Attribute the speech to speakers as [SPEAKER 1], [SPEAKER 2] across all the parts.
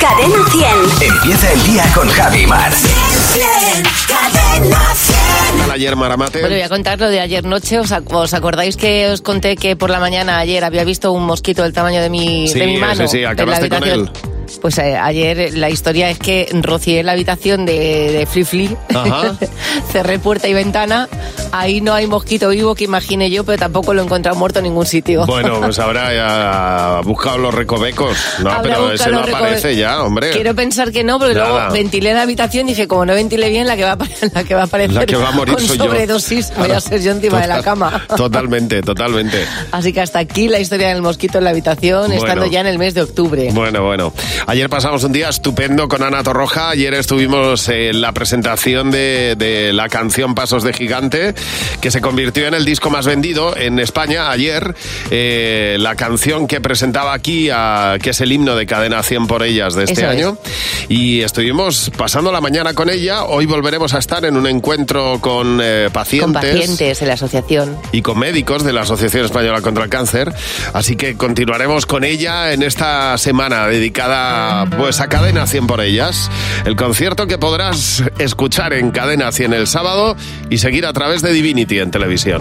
[SPEAKER 1] Cadena 100.
[SPEAKER 2] Empieza el día con Javi Mar.
[SPEAKER 1] Cadena 100.
[SPEAKER 3] Ayer Maramate.
[SPEAKER 4] Bueno, voy a contar lo de ayer noche. ¿Os, ac- os acordáis que os conté que por la mañana ayer había visto un mosquito del tamaño de mi,
[SPEAKER 3] Sí,
[SPEAKER 4] de mi
[SPEAKER 3] sí,
[SPEAKER 4] mano?
[SPEAKER 3] sí,
[SPEAKER 4] en la
[SPEAKER 3] acabaste con
[SPEAKER 4] habitación? Pues eh, ayer la historia es que rocié la habitación de, de Fli Fli.
[SPEAKER 3] Ajá.
[SPEAKER 4] cerré puerta y ventana. Ahí no hay mosquito vivo que imagine yo, pero tampoco lo he encontrado muerto en ningún sitio.
[SPEAKER 3] Bueno, pues habrá ya buscado los recovecos. No,
[SPEAKER 4] Habrá
[SPEAKER 3] pero
[SPEAKER 4] buscado
[SPEAKER 3] ese no
[SPEAKER 4] los
[SPEAKER 3] aparece
[SPEAKER 4] recove-
[SPEAKER 3] ya, hombre.
[SPEAKER 4] Quiero pensar que no, porque
[SPEAKER 3] Nada.
[SPEAKER 4] luego ventilé la habitación y dije, como no ventilé bien, la que va a, la que va a aparecer
[SPEAKER 3] La que va a morir
[SPEAKER 4] con
[SPEAKER 3] soy yo.
[SPEAKER 4] sobredosis voy a ser yo encima de la
[SPEAKER 3] Total-
[SPEAKER 4] cama.
[SPEAKER 3] Totalmente, totalmente.
[SPEAKER 4] Así que hasta aquí la historia del mosquito en la habitación,
[SPEAKER 3] Bueno.
[SPEAKER 4] estando ya en el mes de octubre.
[SPEAKER 3] Bueno, bueno. Ayer pasamos un día estupendo con Ana Torroja. Ayer estuvimos en la presentación de, de la canción Pasos de Gigante, que se convirtió en el disco más vendido en España ayer. Eh, la canción que presentaba aquí, a- que es el himno de Cadena 100 por ellas de este
[SPEAKER 4] Eso es.
[SPEAKER 3] año. Y estuvimos pasando la mañana con ella. Hoy volveremos a estar en un encuentro con, eh,
[SPEAKER 4] Con pacientes en la asociación.
[SPEAKER 3] y con médicos de la Asociación Española contra el Cáncer. Así que continuaremos con ella en esta semana dedicada pues, a Cadena 100 por ellas. El concierto que podrás escuchar en Cadena 100 el sábado y seguir a través de Divinity en televisión.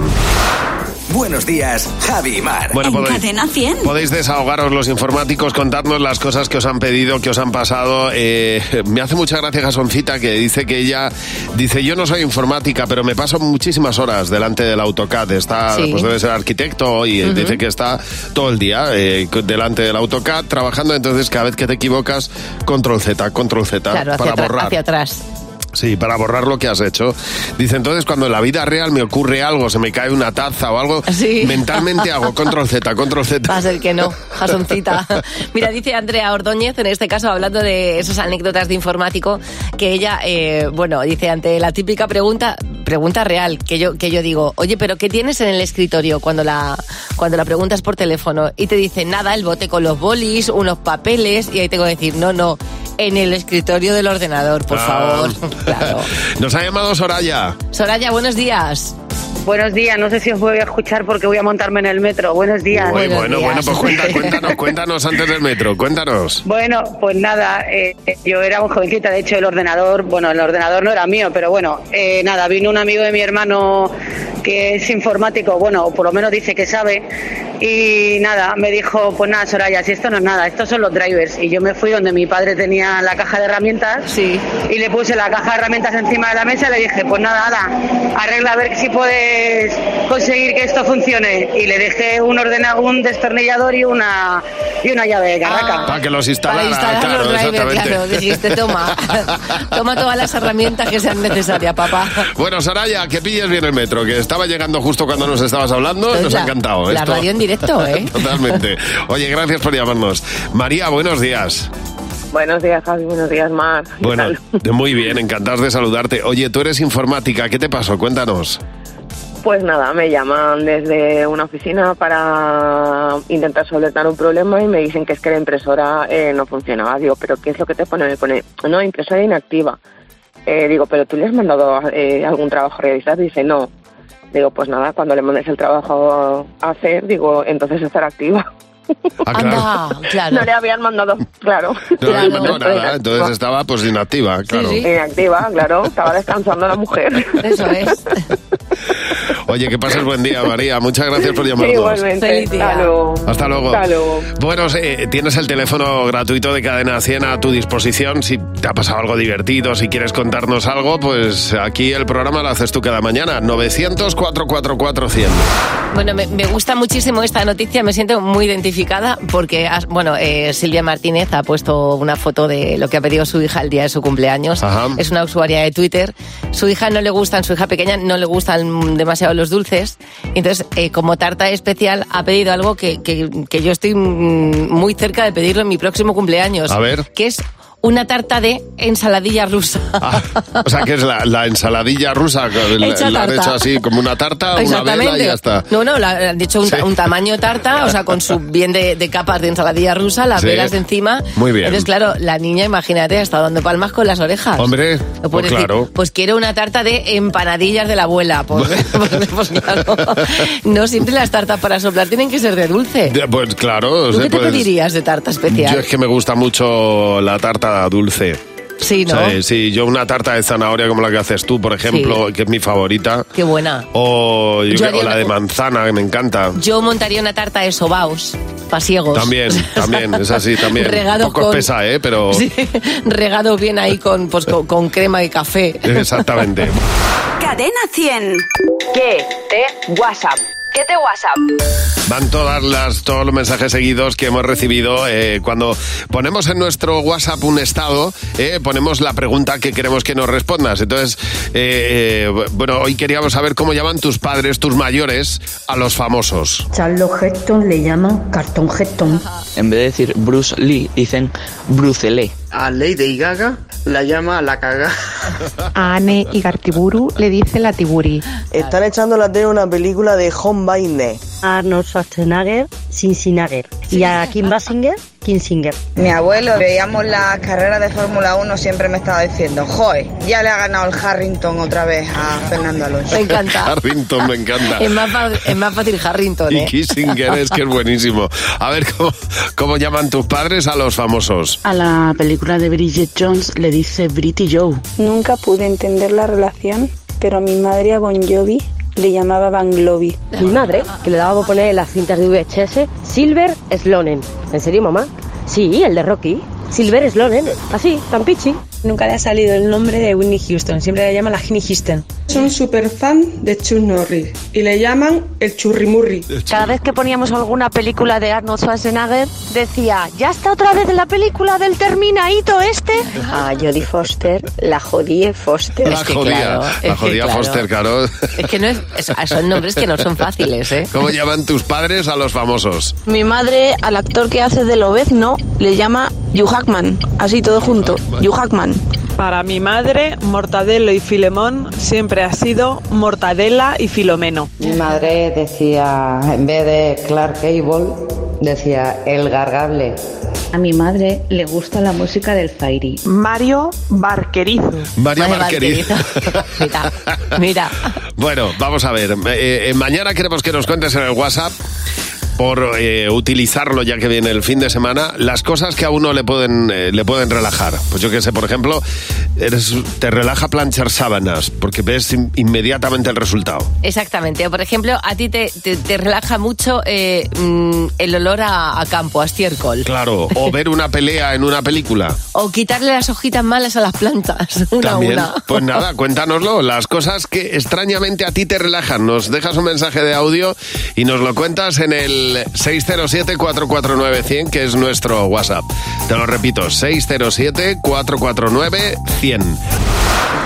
[SPEAKER 2] Buenos días, Javi Mar.
[SPEAKER 3] Bueno, pues,
[SPEAKER 1] En
[SPEAKER 3] podéis,
[SPEAKER 1] Cadena 100.
[SPEAKER 3] podéis desahogaros los informáticos, contadnos las cosas que os han pedido, que os han pasado. Eh, me hace mucha gracia Gasoncita que dice que ella dice yo no soy informática, pero me paso muchísimas horas delante del AutoCAD. Está,
[SPEAKER 4] Sí.
[SPEAKER 3] pues debe ser arquitecto y eh, dice que está todo el día eh, co- delante del AutoCAD trabajando. Entonces cada vez que te equivocas, control Z, control Z
[SPEAKER 4] Claro, hacia,
[SPEAKER 3] para
[SPEAKER 4] atra-
[SPEAKER 3] borrar.
[SPEAKER 4] hacia atrás.
[SPEAKER 3] Sí, para borrar lo que has hecho. Dice, entonces cuando en la vida real me ocurre algo, se me cae una taza o algo,
[SPEAKER 4] Sí.
[SPEAKER 3] mentalmente hago control Z, control Z.
[SPEAKER 4] Va a ser que no, jasoncita. Mira, dice Andrea Ordóñez, en este caso hablando de esas anécdotas de informático, que ella, eh, bueno, dice ante la típica pregunta, pregunta real, que yo, que yo digo, oye, pero ¿qué tienes en el escritorio cuando la, cuando la preguntas por teléfono? Y te dicen, nada, el bote con los bolis, unos papeles, y ahí tengo que decir, no, no, en el escritorio del ordenador, por favor.
[SPEAKER 3] Ah.
[SPEAKER 4] Claro.
[SPEAKER 3] Nos ha llamado Soraya.
[SPEAKER 4] Soraya, buenos días.
[SPEAKER 5] Buenos días, no sé si os voy a escuchar porque voy a montarme en el metro. Buenos días.
[SPEAKER 3] Uy,
[SPEAKER 4] Buenos
[SPEAKER 3] bueno,
[SPEAKER 4] días.
[SPEAKER 3] bueno, pues cuenta- cuéntanos, cuéntanos antes del metro, cuéntanos.
[SPEAKER 5] Bueno, pues nada, eh, yo era un jovencita, de hecho el ordenador, bueno, el ordenador no era mío, pero bueno, eh, nada, vino un amigo de mi hermano que es informático, bueno, o por lo menos dice que sabe, y nada, me dijo, pues nada, Soraya, si esto no es nada, estos son los drivers, y yo me fui donde mi padre tenía la caja de herramientas,
[SPEAKER 4] Sí.
[SPEAKER 5] y le puse la caja de herramientas encima de la mesa y le dije, pues nada, Ada, arregla a ver si puedes conseguir que esto funcione. Y le dejé un ordena un destornillador y una y una llave de carraca.
[SPEAKER 3] Para que los instalara,
[SPEAKER 4] Para instalar
[SPEAKER 3] claro,
[SPEAKER 4] los drivers,
[SPEAKER 3] exactamente.
[SPEAKER 4] claro. Dijiste, toma. toma todas las herramientas que sean necesarias, papá.
[SPEAKER 3] Bueno, Soraya, que pilles bien el metro, que estaba llegando justo cuando nos estabas hablando,
[SPEAKER 4] Entonces,
[SPEAKER 3] nos ha
[SPEAKER 4] la-
[SPEAKER 3] encantado.
[SPEAKER 4] la
[SPEAKER 3] esto.
[SPEAKER 4] radio en directo, ¿eh?
[SPEAKER 3] Totalmente. Oye, gracias por llamarnos. María, buenos días.
[SPEAKER 6] Buenos días, Javi. Buenos días, Mar. ¿Qué
[SPEAKER 3] Bueno,
[SPEAKER 6] tal?
[SPEAKER 3] muy bien, encantados de saludarte. Oye, tú eres informática, ¿qué te pasó? Cuéntanos.
[SPEAKER 6] Pues nada, me llaman desde una oficina para intentar solventar un problema y me dicen que es que la impresora eh, no funcionaba. Digo, ¿pero qué es lo que te pone? Me pone, no, impresora inactiva. Eh, digo, ¿pero tú le has mandado eh, algún trabajo a realizar? Dice, no. Digo, pues nada, cuando le mandes el trabajo a hacer, digo, entonces estará activa.
[SPEAKER 3] Ah,
[SPEAKER 4] Anda, claro.
[SPEAKER 6] No le habían mandado, claro.
[SPEAKER 3] No le
[SPEAKER 4] Claro.
[SPEAKER 3] mandó nada, entonces estaba pues inactiva, claro.
[SPEAKER 4] sí.
[SPEAKER 6] Inactiva, claro. Estaba descansando la mujer.
[SPEAKER 4] Eso es.
[SPEAKER 3] Oye, que pases buen día, María. Muchas gracias por
[SPEAKER 6] Sí,
[SPEAKER 3] llamarnos.
[SPEAKER 6] igualmente.
[SPEAKER 4] Feliz día.
[SPEAKER 6] Hasta luego.
[SPEAKER 3] Hasta luego.
[SPEAKER 6] Hasta luego.
[SPEAKER 3] Bueno, eh, tienes el teléfono gratuito de Cadena 100 a tu disposición. Si te ha pasado algo divertido, si quieres contarnos algo, pues aquí el programa lo haces tú cada mañana. 900-444-100.
[SPEAKER 4] Bueno, me, me gusta muchísimo esta noticia, me siento muy identificada porque, has- bueno, eh, Silvia Martínez ha puesto una foto de lo que ha pedido su hija el día de su cumpleaños.
[SPEAKER 3] Ajá.
[SPEAKER 4] Es una usuaria de Twitter. Su hija no le gustan, su hija pequeña no le gustan demasiado los dulces. Entonces, eh, como tarta especial, ha pedido algo que, que- que yo estoy mm, muy cerca de pedirlo en mi próximo cumpleaños.
[SPEAKER 3] A ver.
[SPEAKER 4] Que es una tarta de ensaladilla rusa.
[SPEAKER 3] Ah. O sea, que es la, la ensaladilla rusa, que la,
[SPEAKER 4] Hecha
[SPEAKER 3] la han
[SPEAKER 4] tarta.
[SPEAKER 3] hecho así como una tarta, una vela y ya está.
[SPEAKER 4] No, no, la- han dicho un, ta- un tamaño tarta, o sea, con su bien de, de capas de ensaladilla rusa, las
[SPEAKER 3] Sí.
[SPEAKER 4] velas de encima.
[SPEAKER 3] Muy bien.
[SPEAKER 4] Entonces, claro, la niña, imagínate, ha estado dando palmas con las orejas.
[SPEAKER 3] Hombre,
[SPEAKER 4] No
[SPEAKER 3] pues
[SPEAKER 4] puedes decir,
[SPEAKER 3] claro.
[SPEAKER 4] pues quiero una tarta de empanadillas de la abuela. Pues, pues- pues claro, no siempre las tartas para soplar tienen que ser de dulce.
[SPEAKER 3] Ya, Pues claro. o
[SPEAKER 4] ¿Tú
[SPEAKER 3] sea,
[SPEAKER 4] qué te
[SPEAKER 3] pues,
[SPEAKER 4] pedirías de tarta especial?
[SPEAKER 3] Yo es que me gusta mucho la tarta dulce.
[SPEAKER 4] Sí, ¿no?
[SPEAKER 3] ¿Sabes? Sí, yo una tarta de zanahoria como la que haces tú, por ejemplo, que es mi favorita.
[SPEAKER 4] Qué buena.
[SPEAKER 3] O, yo
[SPEAKER 4] Yo
[SPEAKER 3] creo-
[SPEAKER 4] haría
[SPEAKER 3] o la
[SPEAKER 4] una-
[SPEAKER 3] de manzana, que me encanta.
[SPEAKER 4] Yo montaría una tarta de sobaos, pasiegos.
[SPEAKER 3] También, también, es así, también.
[SPEAKER 4] Regado
[SPEAKER 3] Un poco
[SPEAKER 4] con-
[SPEAKER 3] espesa, ¿eh? Pero...
[SPEAKER 4] Sí, regado bien ahí con, pues, con, con crema y café.
[SPEAKER 3] Exactamente.
[SPEAKER 1] Cadena 100.
[SPEAKER 7] ¿Qué te WhatsApp? ¿Qué te WhatsApp?
[SPEAKER 3] Van todas las, todos los mensajes seguidos que hemos recibido. eh, cuando ponemos en nuestro WhatsApp un estado, eh, ponemos la pregunta que queremos que nos respondas. Entonces, eh, eh, bueno, hoy queríamos saber cómo llaman tus padres, tus mayores, a los famosos.
[SPEAKER 8] Charles Heston le llaman cartón Heston.
[SPEAKER 9] En vez de decir Bruce Lee, dicen Bruce Lee.
[SPEAKER 10] A Lady Gaga la llama la caga.
[SPEAKER 11] A Anne y Gartiburu le dice la tiburi.
[SPEAKER 10] Están echando la tele una película de Home Bainde.
[SPEAKER 12] Arnold Schwarzenegger, Schwarzenegger. Y a Kim Basinger, Kinsinger.
[SPEAKER 13] Mi abuelo, veíamos las carreras de Fórmula 1, siempre me estaba diciendo, joder, ya le ha ganado el Harrington otra vez a Fernando Alonso.
[SPEAKER 4] Me encanta.
[SPEAKER 3] Harrington, me encanta.
[SPEAKER 4] Es más, fa- es más fácil Harrington,
[SPEAKER 3] Y
[SPEAKER 4] ¿eh?
[SPEAKER 3] Kissinger es que es buenísimo. A ver, ¿cómo, cómo llaman tus padres a los famosos?
[SPEAKER 14] A la película de Bridget Jones le dice Britty Joe.
[SPEAKER 15] Nunca pude entender la relación, pero a mi madre a Bon Jovi le llamaba Van Globi.
[SPEAKER 12] Mi madre, que le daba por poner en las cintas de VHS, Silver Slonen. ¿En serio, mamá? Sí, el de Rocky. Silver Slonen. Así, tan pichi.
[SPEAKER 16] Nunca le ha salido el nombre de Whitney Houston, siempre la llaman la Ginny Houston.
[SPEAKER 17] Son súper fan de Chuck Norris y le llaman el churrimurri.
[SPEAKER 18] Cada vez que poníamos alguna película de Arnold Schwarzenegger, decía, ya está otra vez la película del Terminaito este.
[SPEAKER 19] A Jodie Foster, la jodie Foster.
[SPEAKER 3] La jodía, la jodía Foster, claro.
[SPEAKER 4] Es que no es, es- son nombres que no son fáciles, ¿eh?
[SPEAKER 3] ¿Cómo llaman tus padres a los famosos?
[SPEAKER 20] Mi madre al actor que hace de Lobezno le llama Hugh Hackman, así todo junto, Hugh Hackman.
[SPEAKER 21] Para mi madre, Mortadelo y Filemón siempre ha sido Mortadela y Filomeno.
[SPEAKER 22] Mi madre decía, en vez de Clark Cable, decía el gargable.
[SPEAKER 23] A mi madre le gusta la música del Zairi.
[SPEAKER 16] Mario Barquerizo.
[SPEAKER 3] María
[SPEAKER 16] María
[SPEAKER 3] Marqueriz.
[SPEAKER 4] Mira, mira.
[SPEAKER 3] Bueno, vamos a ver. Eh, eh, mañana queremos que nos cuentes en el WhatsApp, por eh, utilizarlo ya que viene el fin de semana, las cosas que a uno le pueden, eh, le pueden relajar. Pues yo qué sé, por ejemplo, eres- te relaja planchar sábanas porque ves in- inmediatamente el resultado.
[SPEAKER 4] Exactamente. O, por ejemplo, a ti te, te- te relaja mucho eh, mm, el olor a, a campo, a estiércol.
[SPEAKER 3] Claro, o ver una pelea en una película.
[SPEAKER 4] O quitarle las hojitas malas a las plantas, una
[SPEAKER 3] También.
[SPEAKER 4] a una.
[SPEAKER 3] Pues nada, cuéntanoslo. Las cosas que extrañamente a ti te relajan. Nos dejas un mensaje de audio y nos lo cuentas en el 607-449-100, que es nuestro WhatsApp. Te lo repito, 607-449-100.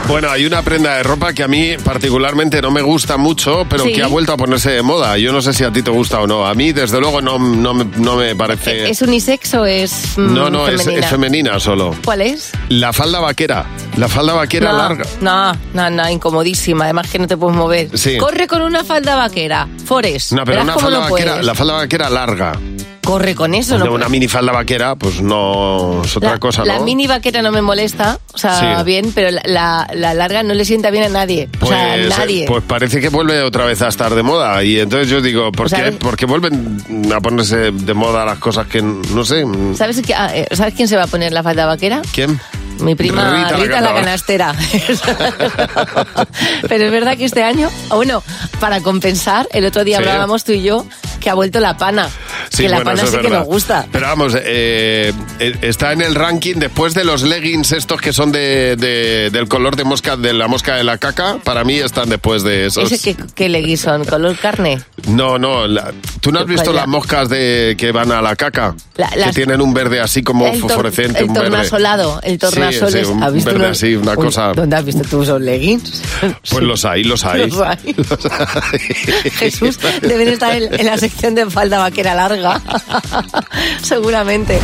[SPEAKER 3] Bueno, hay una prenda de ropa que a mí particularmente no me gusta mucho, pero
[SPEAKER 4] Sí.
[SPEAKER 3] que ha vuelto a ponerse de moda. Yo no sé si a ti te gusta o no. A mí, desde luego, no, no, me- no me parece...
[SPEAKER 4] ¿Es unisex o es mm,
[SPEAKER 3] eh, no, no, es-
[SPEAKER 4] femenina? Pues
[SPEAKER 3] es femenina solo.
[SPEAKER 4] ¿Cuál es?
[SPEAKER 3] La falda vaquera. La falda vaquera
[SPEAKER 4] no,
[SPEAKER 3] larga.
[SPEAKER 4] No, no, no, incomodísima. Además que no te puedes mover.
[SPEAKER 3] Sí.
[SPEAKER 4] Corre con una falda vaquera. Forest.
[SPEAKER 3] No, pero
[SPEAKER 4] verás
[SPEAKER 3] una
[SPEAKER 4] cómo
[SPEAKER 3] falda
[SPEAKER 4] no
[SPEAKER 3] vaquera,
[SPEAKER 4] puedes.
[SPEAKER 3] la falda vaquera larga.
[SPEAKER 4] Corre con eso,
[SPEAKER 3] No,
[SPEAKER 4] ¿no?
[SPEAKER 3] una mini falda vaquera, pues no es otra
[SPEAKER 4] la,
[SPEAKER 3] cosa,
[SPEAKER 4] la
[SPEAKER 3] ¿no?
[SPEAKER 4] mini vaquera no me molesta, o sea,
[SPEAKER 3] Sí.
[SPEAKER 4] bien, pero la, la- la larga no le sienta bien a nadie. o sea, a
[SPEAKER 3] Pues, eh,
[SPEAKER 4] nadie.
[SPEAKER 3] pues parece que vuelve otra vez a estar de moda. Y entonces yo digo, ¿por, qué,
[SPEAKER 4] ¿Sabes?
[SPEAKER 3] por qué vuelven a ponerse de moda las cosas que, no sé?
[SPEAKER 4] ¿Sabes, qué- ah, eh, ¿Sabes quién se va a poner la falda vaquera?
[SPEAKER 3] ¿Quién?
[SPEAKER 4] Mi prima Rita, la
[SPEAKER 3] Cantabria.
[SPEAKER 4] canastera. Pero es verdad que este año, ah, bueno, para compensar, el otro día
[SPEAKER 3] Sí.
[SPEAKER 4] hablábamos tú y yo que ha vuelto la pana.
[SPEAKER 3] Sí,
[SPEAKER 4] que la
[SPEAKER 3] bueno,
[SPEAKER 4] pana
[SPEAKER 3] eso
[SPEAKER 4] sí
[SPEAKER 3] es
[SPEAKER 4] que
[SPEAKER 3] verdad.
[SPEAKER 4] nos gusta.
[SPEAKER 3] Pero vamos, eh, eh, está en el ranking después de los leggings estos que son de, de- del color de mosca de la mosca de la caca. Para mí están después de esos.
[SPEAKER 4] Ese que, que le guiso en color carne.
[SPEAKER 3] No, no. la- ¿Tú no has visto
[SPEAKER 4] Pues Vaya.
[SPEAKER 3] las moscas de que van a la caca?
[SPEAKER 4] La-
[SPEAKER 3] que
[SPEAKER 4] las-
[SPEAKER 3] tienen un verde así como
[SPEAKER 4] tor-
[SPEAKER 3] fosforescente.
[SPEAKER 4] el
[SPEAKER 3] un verde.
[SPEAKER 4] tornasolado, el tornasol
[SPEAKER 3] Sí, sí,
[SPEAKER 4] es-
[SPEAKER 3] un
[SPEAKER 4] ¿has visto
[SPEAKER 3] verde
[SPEAKER 4] unos-
[SPEAKER 3] así, una
[SPEAKER 4] Uy,
[SPEAKER 3] cosa.
[SPEAKER 4] ¿Dónde has visto tú esos leggings?
[SPEAKER 3] Pues los hay, los hay.
[SPEAKER 4] Los hay.
[SPEAKER 3] Los hay.
[SPEAKER 4] Jesús, deben estar en, en la sección de falda vaquera larga. Seguramente.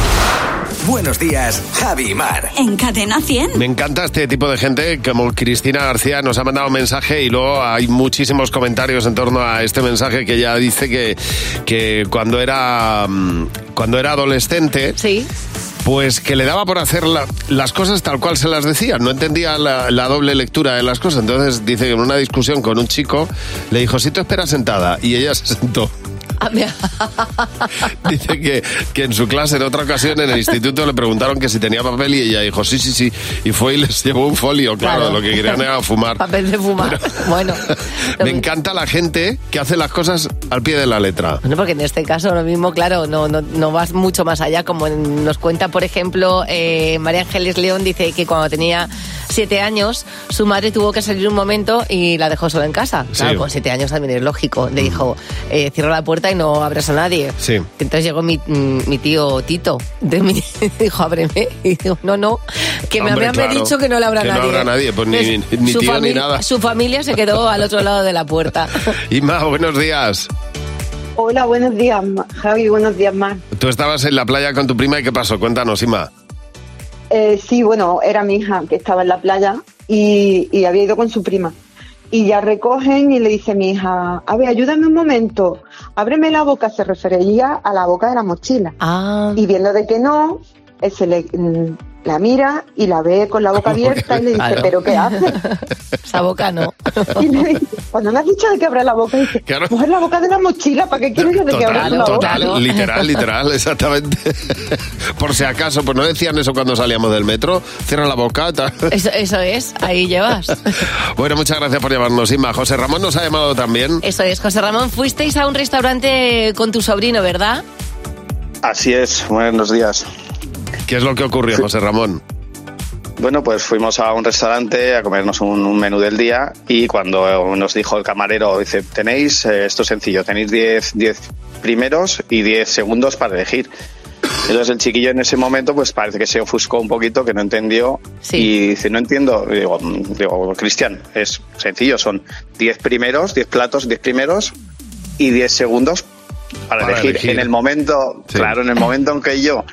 [SPEAKER 24] Buenos días, Javi y Mar.
[SPEAKER 25] En Cadena 100.
[SPEAKER 3] Me encanta este tipo de gente, como Cristina García nos ha mandado un mensaje y luego hay muchísimos comentarios en torno a este mensaje que ella dice que, que cuando era mm, cuando era adolescente. Pues que le daba por hacer la- las cosas tal cual se las decía, no entendía la, la doble lectura de las cosas. Entonces dice que en una discusión con un chico le dijo, si tú esperas sentada, y ella se sentó.
[SPEAKER 4] Ah, mira.
[SPEAKER 3] Dice que, que en su clase, en otra ocasión, en el instituto le preguntaron que si tenía papel y ella dijo, sí, sí, sí. Y fue y les llevó un folio, claro,
[SPEAKER 4] Claro.
[SPEAKER 3] lo que querían era fumar.
[SPEAKER 4] Papel de fumar. Bueno,
[SPEAKER 3] Me encanta la gente que hace las cosas al pie de la letra.
[SPEAKER 4] Bueno, porque en este caso lo mismo, claro, no, no, no vas mucho más allá, como en- nos cuenta, por ejemplo, eh, María Ángeles León dice que cuando tenía siete años, su madre tuvo que salir un momento y la dejó sola en casa. Claro,
[SPEAKER 3] Sí. Mm.
[SPEAKER 4] con siete años también es lógico. Le dijo, eh, cierra la puerta y no abras a nadie.
[SPEAKER 3] Sí.
[SPEAKER 4] Entonces llegó mi, mm, mi tío Tito, de mi, dijo, ábreme. Y digo, no, no, que me
[SPEAKER 3] Hombre,
[SPEAKER 4] habían
[SPEAKER 3] claro,
[SPEAKER 4] dicho que no le abra
[SPEAKER 3] que no
[SPEAKER 4] nadie.
[SPEAKER 3] abra nadie, pues ni-
[SPEAKER 4] Entonces,
[SPEAKER 3] ni- ni
[SPEAKER 4] su
[SPEAKER 3] tío ni
[SPEAKER 4] fami-
[SPEAKER 3] nada.
[SPEAKER 4] Su familia se quedó al otro lado de la puerta.
[SPEAKER 3] Inma, buenos días.
[SPEAKER 5] Hola, buenos días, Ma- Javi, buenos días, más.
[SPEAKER 3] Tú estabas en la playa con tu prima y ¿qué pasó? Cuéntanos, Inma.
[SPEAKER 5] Eh, sí, bueno, era mi hija que estaba en la playa y, y había ido con su prima. Y ya recogen y le dice mi hija, a ver, ayúdame un momento, ábreme la boca, se refería a la boca de la mochila.
[SPEAKER 3] Ah.
[SPEAKER 5] Y viendo de que no, eh, se le, mm, la mira y la ve con la
[SPEAKER 3] Ah,
[SPEAKER 5] boca abierta y le dice,
[SPEAKER 4] Claro.
[SPEAKER 5] ¿pero qué haces?
[SPEAKER 4] Esa boca no.
[SPEAKER 5] Y le dice, cuando me has dicho de que abra la boca, dice, mujer la boca de la mochila, ¿para qué quieres yo de que abra
[SPEAKER 3] Total,
[SPEAKER 5] la boca?
[SPEAKER 3] total, literal, literal, exactamente. Por si acaso, pues no decían eso cuando salíamos del metro. Cierra la boca. tal.
[SPEAKER 4] Eso, eso es, ahí llevas.
[SPEAKER 3] Bueno, muchas gracias por llamarnos, Inma. José Ramón nos ha llamado también.
[SPEAKER 4] Eso es, José Ramón, fuisteis a un restaurante con tu sobrino, ¿verdad?
[SPEAKER 10] Así es, buenos días.
[SPEAKER 3] ¿Qué es lo que ocurrió, José Ramón?
[SPEAKER 10] Bueno, pues fuimos a un restaurante a comernos un, un menú del día y cuando nos dijo el camarero, dice, tenéis, eh, esto es sencillo, tenéis 10 10 primeros y 10 segundos para elegir. Entonces el chiquillo en ese momento pues parece que se ofuscó un poquito, que no entendió y dice, no entiendo. Y digo, mm, digo, Cristian, es sencillo, son 10 primeros, 10 platos, 10 primeros y 10 segundos para,
[SPEAKER 26] Para
[SPEAKER 10] elegir.
[SPEAKER 26] elegir.
[SPEAKER 10] En el momento, claro, en el momento en que yo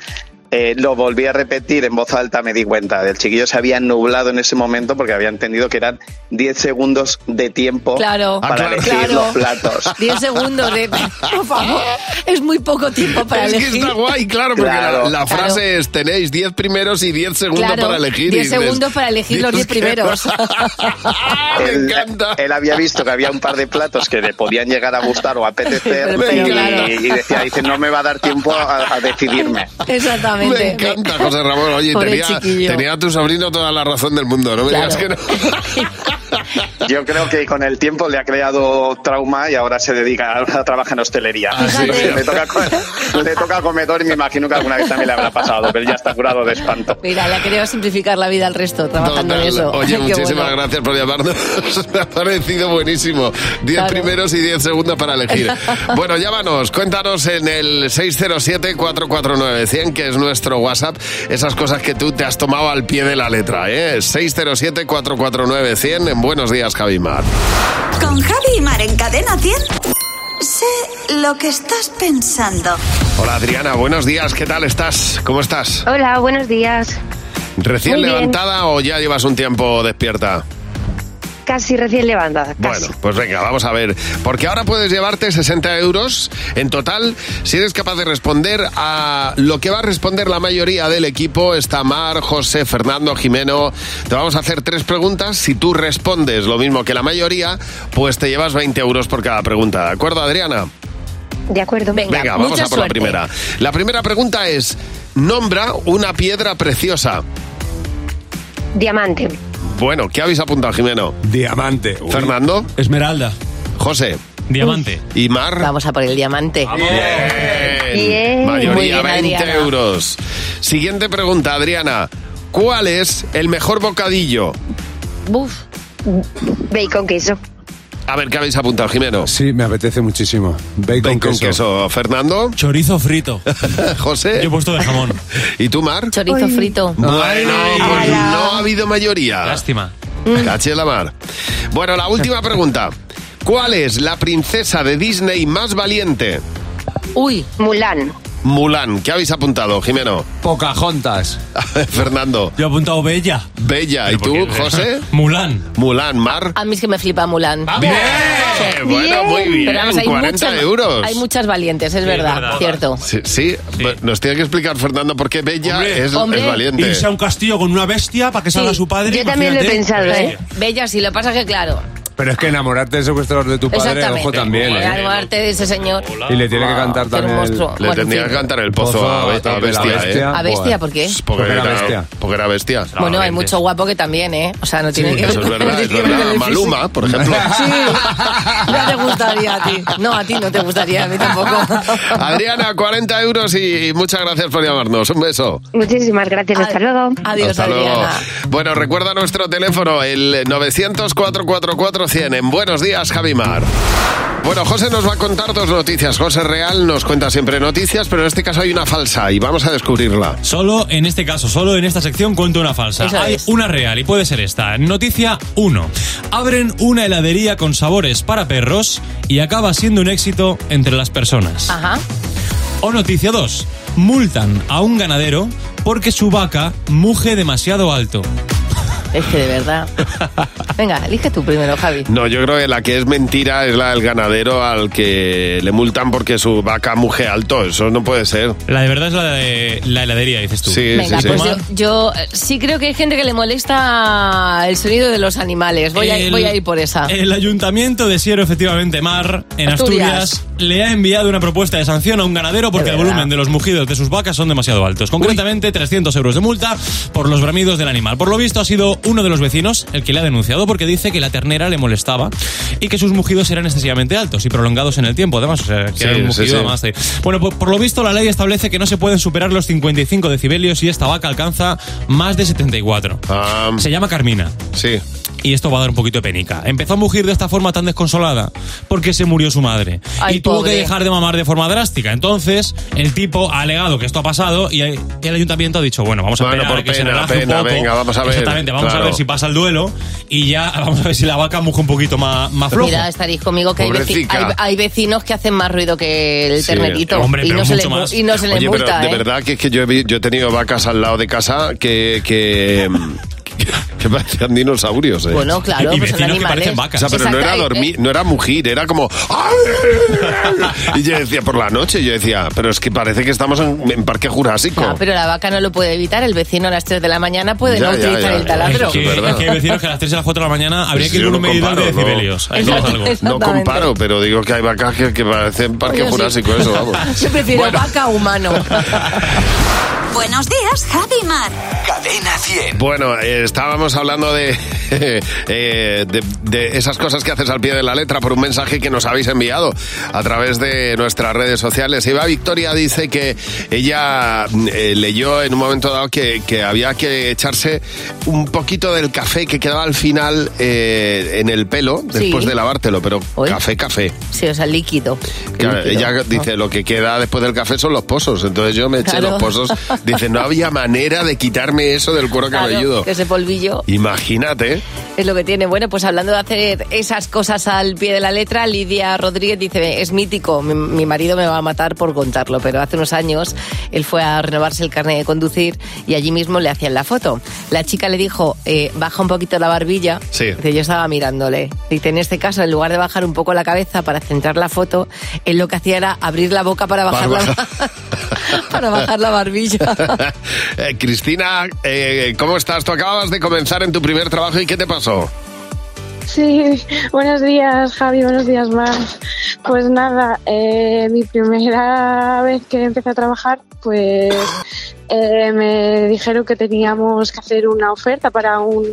[SPEAKER 10] eh, lo volví a repetir en voz alta, me di cuenta del chiquillo se había nublado en ese momento porque había entendido que eran 10 segundos de tiempo
[SPEAKER 4] Claro.
[SPEAKER 10] Oh, para
[SPEAKER 4] Ah, claro.
[SPEAKER 10] elegir
[SPEAKER 4] Claro.
[SPEAKER 10] los platos.
[SPEAKER 4] 10 segundos de. Por favor, es muy poco tiempo para
[SPEAKER 3] Es que
[SPEAKER 4] elegir.
[SPEAKER 3] está guay, claro, porque
[SPEAKER 10] Claro.
[SPEAKER 3] la, la
[SPEAKER 10] Claro.
[SPEAKER 3] frase es tenéis 10 primeros y 10 segundos
[SPEAKER 4] Claro,
[SPEAKER 3] para elegir.
[SPEAKER 4] 10
[SPEAKER 3] y dices,
[SPEAKER 4] segundos para elegir los
[SPEAKER 10] "Dios,
[SPEAKER 4] 10
[SPEAKER 10] qué
[SPEAKER 4] primeros.
[SPEAKER 10] él, él había visto que había un par de platos que le podían llegar a gustar o apetecer
[SPEAKER 4] Pero
[SPEAKER 10] y,
[SPEAKER 4] claro.
[SPEAKER 10] y decía, dice, no me va a dar tiempo a, a decidirme.
[SPEAKER 4] Exactamente.
[SPEAKER 10] Me encanta,
[SPEAKER 3] "Ah, José Ramón, oye,
[SPEAKER 4] Pobre
[SPEAKER 10] tenía-
[SPEAKER 4] chiquillo.
[SPEAKER 10] tenía-
[SPEAKER 3] tenía tu sobrino toda la razón del mundo, no me
[SPEAKER 10] Claro.
[SPEAKER 3] digas que no.
[SPEAKER 10] Yo creo que con el tiempo le ha creado trauma y ahora se dedica ahora trabaja en hostelería.
[SPEAKER 3] Fíjate.
[SPEAKER 10] Le, toca, co- le toca comedor y me imagino que alguna vez también le habrá pasado, pero ya está curado de espanto.
[SPEAKER 4] Mira, le ha querido simplificar la vida al resto trabajando en eso.
[SPEAKER 3] Oye,
[SPEAKER 4] Qué
[SPEAKER 3] muchísimas
[SPEAKER 4] bueno.
[SPEAKER 3] gracias por llamarnos. Me ha parecido buenísimo. 10
[SPEAKER 4] Claro.
[SPEAKER 3] primeros y 10 segundos para elegir. bueno, llámanos, cuéntanos en el 607-449-100, que es nuestro WhatsApp, esas cosas que tú te has tomado al pie de la letra. ¿eh? 607-449-100 en Buenos Días, Javimar.
[SPEAKER 25] Con Javi y Mar en Cadena 100. Sé lo que estás pensando.
[SPEAKER 3] Hola Adriana, buenos días, ¿qué tal estás? ¿Cómo estás?
[SPEAKER 18] Hola, buenos días.
[SPEAKER 3] ¿Recién
[SPEAKER 18] Muy bien.
[SPEAKER 3] levantada o ya llevas un tiempo despierta?
[SPEAKER 18] Casi recién levantada.
[SPEAKER 3] Bueno, pues venga, vamos a ver. Porque ahora puedes llevarte 60 euros en total si eres capaz de responder a lo que va a responder la mayoría del equipo. Está Mar, José, Fernando, Jimeno. Te vamos a hacer tres preguntas. Si tú respondes lo mismo que la mayoría, pues te llevas 20 euros por cada pregunta. ¿De acuerdo, Adriana?
[SPEAKER 18] De acuerdo.
[SPEAKER 3] Venga, vamos a por la primera. La primera pregunta es, nombra una piedra preciosa.
[SPEAKER 18] Diamante.
[SPEAKER 3] Bueno, ¿qué habéis apuntado, Jimeno? Diamante. Fernando. Esmeralda. José. Diamante. Y Mar.
[SPEAKER 4] Vamos a por el diamante.
[SPEAKER 3] Bien.
[SPEAKER 4] Muy
[SPEAKER 3] Mayoría,
[SPEAKER 4] bien,
[SPEAKER 3] 20
[SPEAKER 4] Adriana.
[SPEAKER 3] euros. Siguiente pregunta, Adriana. ¿Cuál es el mejor bocadillo?
[SPEAKER 18] Buf. Bacon queso.
[SPEAKER 3] A ver, ¿qué habéis apuntado, Jimeno?
[SPEAKER 27] Sí, me apetece muchísimo. Bacon,
[SPEAKER 3] Bacon
[SPEAKER 27] queso.
[SPEAKER 3] queso. Fernando. Chorizo frito. José. Yo he puesto de jamón. ¿Y tú, Mar?
[SPEAKER 4] Chorizo frito.
[SPEAKER 3] Bueno, pues no ha habido mayoría. Lástima. Caché la mar. Bueno, la última pregunta. ¿Cuál es la princesa de Disney más valiente?
[SPEAKER 18] Uy. Mulan.
[SPEAKER 3] Mulan. ¿Qué habéis apuntado, Jimeno? Pocahontas. Fernando.
[SPEAKER 7] Yo he apuntado Bella.
[SPEAKER 3] Bella. ¿Y tú, José?
[SPEAKER 7] Mulan.
[SPEAKER 3] Mulan, Mar.
[SPEAKER 4] A mí es que me flipa Mulan.
[SPEAKER 3] ¡Bien! Bueno, muy bien.
[SPEAKER 4] Pero vamos, hay
[SPEAKER 3] 40
[SPEAKER 4] muchas,
[SPEAKER 3] euros.
[SPEAKER 4] Hay muchas valientes, es verdad,
[SPEAKER 3] verdad.
[SPEAKER 4] cierto.
[SPEAKER 3] Sí, sí. Bueno, nos tiene que explicar, Fernando, por qué Bella
[SPEAKER 7] Hombre.
[SPEAKER 3] es,
[SPEAKER 7] Hombre.
[SPEAKER 3] es valiente.
[SPEAKER 7] Irse a un castillo con una bestia para que salga
[SPEAKER 4] Sí,
[SPEAKER 7] su padre.
[SPEAKER 4] Yo también lo he
[SPEAKER 7] imagínate.
[SPEAKER 4] pensado, ¿eh? Bella, sí, lo que pasa es que claro.
[SPEAKER 28] Pero es que enamorarte del secuestrador de tu padre,
[SPEAKER 4] exactamente.
[SPEAKER 28] ojo también. ¿eh?
[SPEAKER 4] Era arte de ese señor.
[SPEAKER 28] Y le tiene que cantar también. el-
[SPEAKER 4] monstruo.
[SPEAKER 3] Le tendría que cantar el pozo,
[SPEAKER 28] Pozo
[SPEAKER 3] a, Be- a
[SPEAKER 28] de la
[SPEAKER 3] Bestia, ¿eh?
[SPEAKER 28] Bestia.
[SPEAKER 4] A bestia, ¿por qué?
[SPEAKER 3] Porque,
[SPEAKER 28] Porque era
[SPEAKER 3] era
[SPEAKER 28] bestia.
[SPEAKER 3] Porque era bestia.
[SPEAKER 4] Bueno, hay mucho guapo que también, ¿eh? O sea, no tiene que
[SPEAKER 3] Eso es verdad, es
[SPEAKER 4] tiene que
[SPEAKER 3] verdad.
[SPEAKER 4] ver el
[SPEAKER 3] Maluma, por ejemplo.
[SPEAKER 4] físico. Ya te gustaría a ti. No, a ti no te gustaría, a mí tampoco.
[SPEAKER 3] Adriana, 40 euros y muchas gracias por llamarnos. Un beso.
[SPEAKER 29] Muchísimas gracias. Hasta luego.
[SPEAKER 3] Hasta luego. Bueno, recuerda nuestro teléfono, el 900-444-100. En Buenos Días, Javimar. Bueno, José nos va a contar dos noticias. José Real nos cuenta siempre noticias, pero en este caso hay una falsa y vamos a descubrirla.
[SPEAKER 7] Solo en este caso, solo en esta sección cuento una falsa.
[SPEAKER 3] Esa
[SPEAKER 7] Hay
[SPEAKER 3] es.
[SPEAKER 7] una real y puede ser esta. Noticia 1. Abren una heladería con sabores para perros y acaba siendo un éxito entre las personas.
[SPEAKER 4] Ajá.
[SPEAKER 7] O noticia 2. Multan a un ganadero porque su vaca muge demasiado alto.
[SPEAKER 4] Es que de verdad. Venga, elige tú primero, Javi.
[SPEAKER 3] No, yo creo que la que es mentira es la del ganadero al que le multan porque su vaca muge alto. Eso no puede ser.
[SPEAKER 7] La de verdad es la de la heladería, dices tú.
[SPEAKER 3] Sí,
[SPEAKER 4] Venga,
[SPEAKER 3] sí, sí.
[SPEAKER 4] pues yo, yo, eh, sí creo que hay gente que le molesta el sonido de los animales. Voy, a,
[SPEAKER 7] El-
[SPEAKER 4] voy a ir por esa.
[SPEAKER 7] El ayuntamiento de Siero, efectivamente, Mar, en
[SPEAKER 4] Asturias.
[SPEAKER 7] Asturias. le ha enviado una propuesta de sanción a un ganadero porque el volumen de los mugidos de sus vacas son demasiado altos. Concretamente, 300 euros de multa por los bramidos del animal. Por lo visto, ha sido uno de los vecinos el que le ha denunciado porque dice que la ternera le molestaba y que sus mugidos eran excesivamente altos y prolongados en el tiempo. Además, o sea, que
[SPEAKER 3] Sí,
[SPEAKER 7] era un
[SPEAKER 3] sí,
[SPEAKER 7] mugido
[SPEAKER 3] sí.
[SPEAKER 7] más de- Bueno, pues por, por lo visto, la ley establece que no se pueden superar los 55 decibelios y esta vaca alcanza más de 74. Se llama Carmina.
[SPEAKER 3] Ah. Sí.
[SPEAKER 7] Y esto va a dar un poquito de penica. Empezó a mugir de esta forma tan desconsolada porque se murió su madre.
[SPEAKER 4] Ay,
[SPEAKER 7] y tuvo
[SPEAKER 4] pobre.
[SPEAKER 7] que dejar de mamar de forma drástica. Entonces, el tipo ha alegado que esto ha pasado y el el ayuntamiento ha dicho, bueno, vamos a
[SPEAKER 3] Bueno,
[SPEAKER 7] esperar
[SPEAKER 3] por
[SPEAKER 7] a que se
[SPEAKER 3] pena,
[SPEAKER 7] relaje
[SPEAKER 3] pena,
[SPEAKER 7] un poco.
[SPEAKER 3] venga, vamos a ver,
[SPEAKER 7] Exactamente, vamos
[SPEAKER 3] claro.
[SPEAKER 7] a ver si pasa el duelo y ya vamos a ver si la vaca muge un poquito más, más flojo.
[SPEAKER 4] Mira, estaréis conmigo que hay, veci-
[SPEAKER 7] Pobrecita.
[SPEAKER 4] hay- hay vecinos que hacen más ruido que el
[SPEAKER 3] Sí.
[SPEAKER 4] ternerito. y, no se les, mu- y no se les
[SPEAKER 3] Oye, pero
[SPEAKER 4] multa,
[SPEAKER 3] de
[SPEAKER 4] ¿eh?
[SPEAKER 3] verdad que es que yo he, vi- yo he tenido vacas al lado de casa que... que que parecían dinosaurios, ¿eh?
[SPEAKER 4] Bueno, claro, Y pues son vecinos que animales. parecen
[SPEAKER 3] O
[SPEAKER 4] vacas.
[SPEAKER 3] sea, pero no
[SPEAKER 4] Exacto,
[SPEAKER 3] era
[SPEAKER 4] eh,
[SPEAKER 3] dormir, no era mugir, era como... Y yo decía, por la noche, yo decía, pero es que parece que estamos en, en Parque Jurásico.
[SPEAKER 4] Ah, pero la vaca no lo puede evitar. El vecino a las 3 de la mañana puede
[SPEAKER 3] Ya,
[SPEAKER 4] no
[SPEAKER 3] ya,
[SPEAKER 4] utilizar
[SPEAKER 3] ya,
[SPEAKER 4] el
[SPEAKER 3] ya.
[SPEAKER 4] taladro.
[SPEAKER 3] Es que-
[SPEAKER 7] Es que hay vecinos que a las 3 y las 4 de la mañana habría
[SPEAKER 3] Sí,
[SPEAKER 7] que ir
[SPEAKER 3] yo
[SPEAKER 7] con un
[SPEAKER 3] no
[SPEAKER 7] medidor de
[SPEAKER 3] comparo, no.
[SPEAKER 7] decibelios. Ahí
[SPEAKER 3] no,
[SPEAKER 7] vamos algo.
[SPEAKER 3] no comparo, pero digo que hay vacas que, que parecen Parque
[SPEAKER 4] Oye, sí.
[SPEAKER 3] Jurásico, eso, vamos.
[SPEAKER 4] Yo prefiero vaca a humano.
[SPEAKER 1] Buenos días, Javi Mar.
[SPEAKER 2] Cadena 100.
[SPEAKER 3] Bueno, eh, estábamos hablando de, eh, de, de esas cosas que haces al pie de la letra por un mensaje que nos habéis enviado a través de nuestras redes sociales. Eva Victoria dice que ella mm, eh, leyó en un momento dado que, que había que echarse un poquito del café que quedaba al final eh, en el pelo después
[SPEAKER 4] Sí.
[SPEAKER 3] de lavártelo, pero café, café.
[SPEAKER 4] Sí, o sea, líquido.
[SPEAKER 3] Claro,
[SPEAKER 4] Líquido,
[SPEAKER 3] ella
[SPEAKER 4] Ah. ¿no?
[SPEAKER 3] dice, lo que queda después del café son los pozos. Entonces yo me eché
[SPEAKER 4] Claro.
[SPEAKER 3] los pozos. Dice, no había manera de quitarme eso del cuero
[SPEAKER 4] Claro,
[SPEAKER 3] cabelludo.
[SPEAKER 4] que ese polvillo
[SPEAKER 3] Imagínate.
[SPEAKER 4] es lo que tiene. Bueno, pues hablando de hacer esas cosas al pie de la letra, Lidia Rodríguez dice, es mítico, mi, mi marido me va a matar por contarlo, pero hace unos años él fue a renovarse el carnet de conducir y allí mismo le hacían la foto. La chica le dijo, "Eh, baja un poquito la barbilla.
[SPEAKER 3] Sí.
[SPEAKER 4] Dice, yo estaba mirándole. Dice, en este caso, en lugar de bajar un poco la cabeza para centrar la foto, él lo que hacía era abrir la boca para bajar,
[SPEAKER 3] Para
[SPEAKER 4] la, para bajar la barbilla.
[SPEAKER 3] Eh, Cristina, eh, ¿cómo estás? Tú acabas de comenzar en tu primer trabajo y ¿qué te pasó?
[SPEAKER 8] Sí, buenos días Javi, buenos días más. Pues nada, eh, mi primera vez que empecé a trabajar, pues eh, me dijeron que teníamos que hacer una oferta para un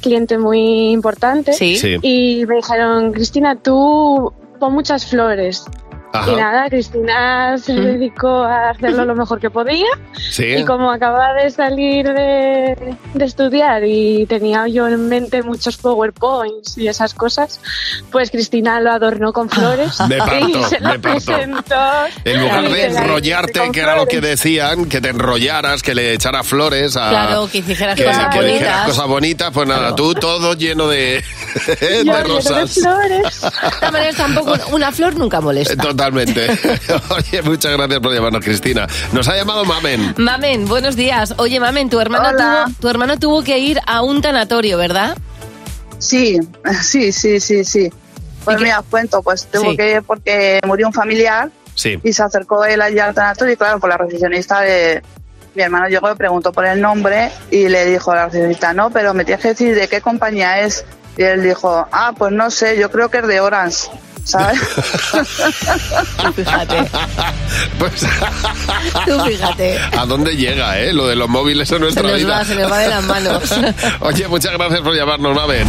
[SPEAKER 8] cliente muy importante.
[SPEAKER 9] Sí. Sí.
[SPEAKER 8] Y me dijeron, Cristina, tú pon muchas flores.
[SPEAKER 9] Ajá.
[SPEAKER 8] Y nada, Cristina se dedicó a hacerlo lo mejor que podía.
[SPEAKER 9] Sí.
[SPEAKER 8] Y como acababa de salir de, de estudiar y tenía yo en mente muchos PowerPoints y esas cosas, pues Cristina lo adornó con flores
[SPEAKER 3] Me parto,
[SPEAKER 8] y se
[SPEAKER 3] me
[SPEAKER 8] lo
[SPEAKER 3] parto.
[SPEAKER 8] presentó.
[SPEAKER 3] En lugar de
[SPEAKER 8] literalmente
[SPEAKER 3] enrollarte,
[SPEAKER 8] con
[SPEAKER 3] que era lo que
[SPEAKER 8] flores.
[SPEAKER 3] decían, que te enrollaras, que le echara flores a...
[SPEAKER 4] Claro, que
[SPEAKER 3] Ah.
[SPEAKER 4] dijeras
[SPEAKER 3] que-
[SPEAKER 4] cosas
[SPEAKER 3] que dijeras
[SPEAKER 4] bonitas.
[SPEAKER 3] cosas bonitas, pues nada, tú todo lleno de, de rosas.
[SPEAKER 4] flores. De todas maneras, tampoco una flor nunca
[SPEAKER 3] Totalmente.
[SPEAKER 4] molesta.
[SPEAKER 3] Oye, muchas gracias por llamarnos, Cristina. Nos ha llamado Mamen.
[SPEAKER 4] Mamen, buenos días. Oye, Mamen, tu hermano, tuvo, tu hermano tuvo que ir a un tanatorio, ¿verdad?
[SPEAKER 9] Sí, sí, sí, sí, sí. Pues mira, os cuento, pues tuvo
[SPEAKER 4] Sí.
[SPEAKER 9] que ir porque murió un familiar
[SPEAKER 3] Sí.
[SPEAKER 9] y se acercó él allí al tanatorio y claro, pues la recepcionista de... Mi hermano llegó, le preguntó por el nombre y le dijo a la recepcionista, no, pero me tienes que decir de qué compañía es. Y él dijo, ah, pues no sé, yo creo que es de Orange, ¿sabes?
[SPEAKER 3] Pues,
[SPEAKER 4] Tú fíjate.
[SPEAKER 3] ¿A dónde llega, eh? Lo de los móviles en nuestra
[SPEAKER 4] nos
[SPEAKER 3] vida.
[SPEAKER 4] va, Eh, se nos va de las manos.
[SPEAKER 3] Oye, muchas gracias por llamarnos, Mamen.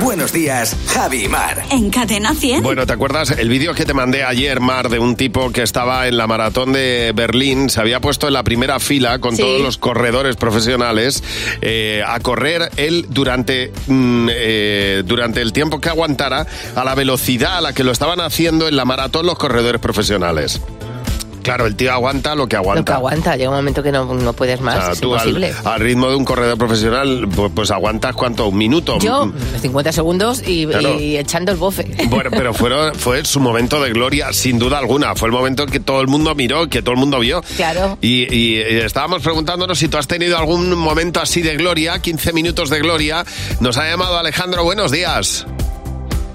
[SPEAKER 2] Buenos días, Javi y Mar.
[SPEAKER 1] En Cadena 100.
[SPEAKER 3] Bueno, ¿te acuerdas el vídeo que te mandé ayer, Mar, de un tipo que estaba en la maratón de Berlín? Se había puesto en la primera fila con
[SPEAKER 10] Sí.
[SPEAKER 3] todos los corredores profesionales eh, a correr él durante, mm, eh, durante el tiempo que aguantara a la velocidad a la que lo estaban haciendo en la maratón los corredores profesionales. Claro, el tío aguanta lo que aguanta.
[SPEAKER 4] Lo que aguanta, llega un momento que no, no puedes más,
[SPEAKER 3] O sea,
[SPEAKER 4] es
[SPEAKER 3] tú
[SPEAKER 4] imposible.
[SPEAKER 3] al, al ritmo de un corredor profesional, pues, pues aguantas cuánto, un minuto.
[SPEAKER 4] Yo, 50 segundos y,
[SPEAKER 3] Claro.
[SPEAKER 4] y echando el bofe.
[SPEAKER 3] Bueno, pero fueron- fue su momento de gloria, sin duda alguna. Fue el momento que todo el mundo miró, que todo el mundo vio.
[SPEAKER 4] Claro.
[SPEAKER 3] Y, y, eh, estábamos preguntándonos si tú has tenido algún momento así de gloria, 15 minutos de gloria. Nos ha llamado Alejandro, buenos días.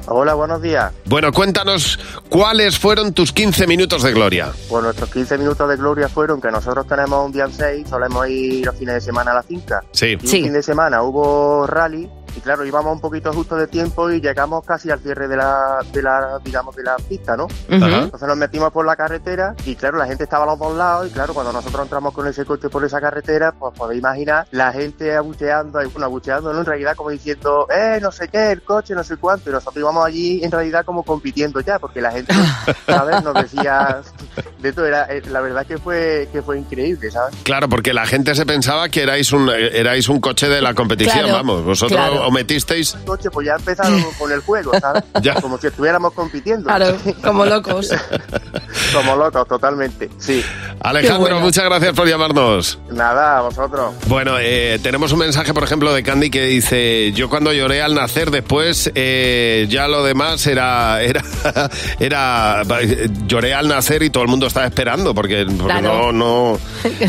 [SPEAKER 11] Hola, buenos días.
[SPEAKER 3] Bueno, cuéntanos cuáles fueron tus 15 minutos de gloria.
[SPEAKER 11] Pues nuestros 15 minutos de gloria fueron que nosotros tenemos un día en 6, solemos ir los fines de semana a la finca.
[SPEAKER 3] Sí.
[SPEAKER 11] Y un fin de semana hubo rally y claro, íbamos un poquito justo de tiempo y llegamos casi al cierre de la, de la digamos, de la pista, ¿no?
[SPEAKER 13] Ajá.
[SPEAKER 11] Entonces nos metimos por la carretera y claro, la gente estaba a los dos lados y claro, cuando nosotros entramos con ese coche por esa carretera, pues podéis imaginar la gente abucheando, y, bueno, abucheando ¿no? en realidad como diciendo, eh, no sé qué, el coche, no sé cuánto, y nosotros íbamos allí en realidad como compitiendo ya, porque la gente, ¿sabes? Nos decía, de todo, era, eh, la verdad que fue, que fue increíble, ¿sabes?
[SPEAKER 3] Claro, porque la gente se pensaba que erais un, erais un coche de la competición,
[SPEAKER 11] Claro,
[SPEAKER 3] vamos. Vosotros
[SPEAKER 11] claro.
[SPEAKER 3] os metisteis.
[SPEAKER 11] El coche, pues ya empezaron con el juego, ¿sabes?
[SPEAKER 3] Ya.
[SPEAKER 11] Como si estuviéramos compitiendo.
[SPEAKER 4] Claro, como locos.
[SPEAKER 11] como locos, totalmente, sí.
[SPEAKER 3] Alejandro,
[SPEAKER 11] Qué bueno.
[SPEAKER 3] muchas gracias por llamarnos.
[SPEAKER 11] Nada, a vosotros.
[SPEAKER 3] Bueno, eh, tenemos un mensaje, por ejemplo, de Candy que dice: Yo cuando lloré al nacer, después eh, ya lo demás era, era, era. Lloré al nacer y todo el mundo estaba esperando, porque, porque
[SPEAKER 4] Claro.
[SPEAKER 3] no. No,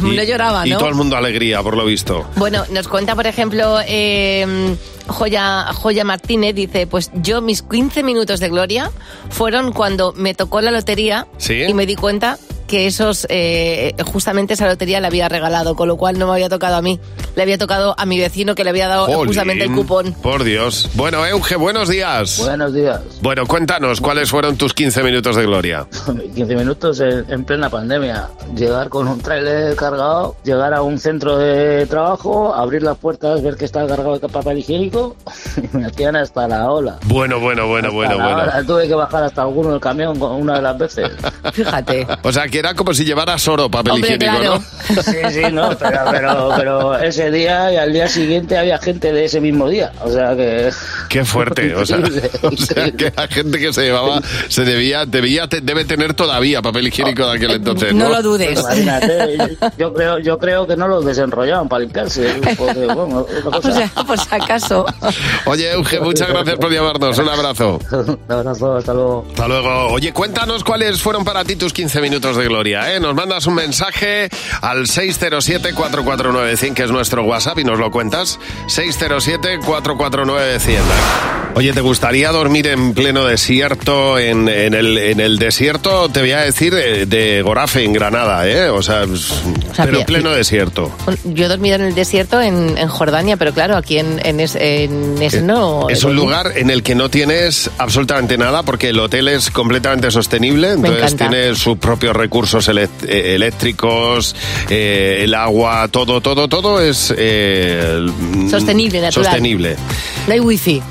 [SPEAKER 4] No lloraba,
[SPEAKER 3] y
[SPEAKER 4] ¿no?
[SPEAKER 3] todo el mundo alegría, por lo visto.
[SPEAKER 4] Bueno, nos cuenta, por ejemplo, eh, Joya, Joya Martínez, dice, pues yo mis 15 minutos de gloria fueron cuando me tocó la lotería
[SPEAKER 3] Sí.
[SPEAKER 4] y me di cuenta que esos eh, justamente esa lotería la había regalado, con lo cual no me había tocado a mí, le había tocado a mi vecino que le había dado
[SPEAKER 3] Jolín,
[SPEAKER 4] justamente el cupón.
[SPEAKER 3] Por Dios. Bueno, Euge, buenos días.
[SPEAKER 14] Buenos días.
[SPEAKER 3] Bueno, cuéntanos, ¿cuáles fueron tus 15 minutos de gloria?
[SPEAKER 14] 15 minutos en, en plena pandemia. Llegar con un trailer cargado, llegar a un centro de trabajo, abrir las puertas, ver que está cargado de papel higiénico y me hacían hasta la ola.
[SPEAKER 3] Bueno, bueno, bueno, bueno,
[SPEAKER 14] Hasta la
[SPEAKER 3] bueno.
[SPEAKER 14] ola. Tuve que bajar hasta alguno del camión con- una de las veces.
[SPEAKER 4] Fíjate.
[SPEAKER 3] O sea, que era como si llevaras oro, papel higiénico, ¿no?
[SPEAKER 14] Sí, sí, no, pero, pero, pero ese día y al día siguiente había gente de ese mismo día. O sea que.
[SPEAKER 3] Qué fuerte, o sea, o sea, que la gente que se llevaba se debía, debía te- debe tener todavía papel higiénico de aquel entonces. No,
[SPEAKER 14] Imagínate, yo- yo creo, yo creo que no los desenrollaban para limpiarse. porque, bueno, otra cosa.
[SPEAKER 4] O sea, por si acaso.
[SPEAKER 3] Oye, Euge, muchas gracias por llamarnos. Un abrazo.
[SPEAKER 14] Un abrazo, hasta luego.
[SPEAKER 3] Hasta luego. Oye, cuéntanos cuáles fueron para ti tus 15 minutos de gloria. ¿eh? Nos mandas un mensaje al 607-449-100, que es nuestro WhatsApp, y nos lo cuentas. 607-449-100. Oye, ¿te gustaría dormir en pleno desierto? En, en el, en el desierto, te voy a decir, eh, de Gorafe, en Granada, ¿eh? O sea, pero
[SPEAKER 4] pi-
[SPEAKER 3] pleno desierto.
[SPEAKER 4] Yo he dormido en el desierto en, en Jordania, pero claro, aquí en, en, es- en ese no.
[SPEAKER 3] Es un lugar en el que no tienes absolutamente nada porque el hotel es completamente sostenible, entonces
[SPEAKER 4] encanta.
[SPEAKER 3] tiene sus propios recursos elec- eh, eléctricos, eh, el agua, todo, todo, todo es eh, mm,
[SPEAKER 4] Sostenible, natural.
[SPEAKER 3] Sostenible.
[SPEAKER 4] No hay wifi.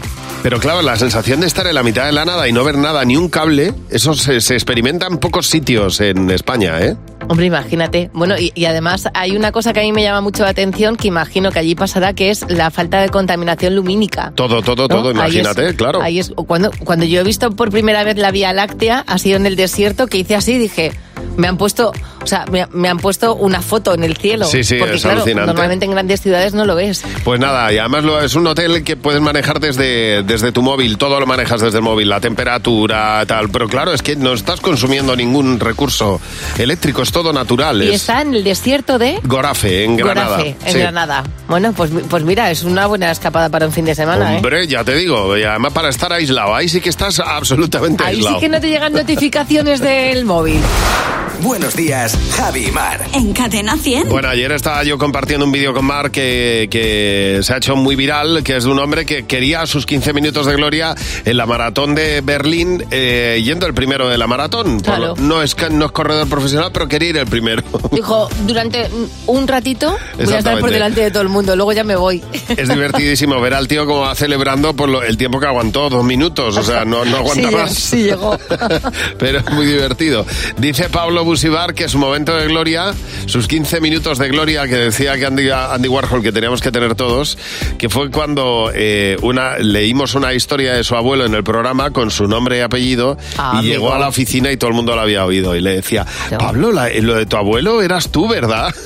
[SPEAKER 3] Pero claro, la sensación de estar en la mitad de la nada y no ver nada, ni un cable, eso se, se experimenta en pocos sitios en España, ¿eh?
[SPEAKER 4] Hombre, imagínate. Bueno, y, y además hay una cosa que a mí me llama mucho la atención, que imagino que allí pasará, que es la falta de contaminación lumínica.
[SPEAKER 3] Todo, todo, todo,
[SPEAKER 4] ¿no? Ahí
[SPEAKER 3] imagínate,
[SPEAKER 4] es-
[SPEAKER 3] claro.
[SPEAKER 4] Ahí es, cuando, cuando yo he visto por primera vez la Vía Láctea, ha sido en el desierto, que hice así, dije, Me han puesto, o sea, me, me han puesto una foto en el cielo.
[SPEAKER 3] Sí, sí,
[SPEAKER 4] porque
[SPEAKER 3] es
[SPEAKER 4] claro,
[SPEAKER 3] alucinante.
[SPEAKER 4] normalmente en grandes ciudades no lo ves.
[SPEAKER 3] Pues nada, y además lo- es un hotel que puedes manejar desde, desde tu móvil, todo lo manejas desde el móvil, la temperatura, tal, pero claro, es que no estás consumiendo ningún recurso eléctrico, es todo natural.
[SPEAKER 4] Y
[SPEAKER 3] es
[SPEAKER 4] está en el desierto de
[SPEAKER 3] Gorafe, en Granada.
[SPEAKER 4] Gorafe, en
[SPEAKER 3] Sí.
[SPEAKER 4] Granada. Bueno, pues, pues mira, es una buena escapada para un fin de semana, ¿eh?
[SPEAKER 3] Hombre, ya te digo, y además para estar aislado, ahí sí que estás absolutamente
[SPEAKER 4] Ahí
[SPEAKER 3] aislado.
[SPEAKER 4] sí que no te llegan notificaciones del móvil.
[SPEAKER 2] Buenos días, Javi y Mar.
[SPEAKER 1] En Cadena 100.
[SPEAKER 3] Bueno, ayer estaba yo compartiendo un vídeo con Mar que, que se ha hecho muy viral, que es de un hombre que quería sus 15 minutos de gloria en la maratón de Berlín, eh, yendo el primero de la maratón. Por lo-
[SPEAKER 4] Claro.
[SPEAKER 3] no, es, ca- no es corredor profesional, pero quería ir el primero.
[SPEAKER 4] Dijo, durante un ratito voy a estar por
[SPEAKER 3] Exactamente.
[SPEAKER 4] delante de todo el mundo, luego ya me voy.
[SPEAKER 3] Es divertidísimo ver al tío como va celebrando por lo- el tiempo que aguantó, dos minutos, o sea, no, no aguanta
[SPEAKER 4] Sí,
[SPEAKER 3] más.
[SPEAKER 4] sí llegó.
[SPEAKER 3] pero es muy divertido. Dice Pablo Busibar que su momento de gloria, sus 15 minutos de gloria que decía que Andy, Andy Warhol que teníamos que tener todos, que fue cuando eh, una, leímos una historia de su abuelo en el programa con su nombre y apellido
[SPEAKER 10] Ah,
[SPEAKER 3] y
[SPEAKER 10] amigo.
[SPEAKER 3] llegó a la oficina y todo el mundo lo había oído y le decía, Pablo, la- lo de tu abuelo eras tú, ¿verdad?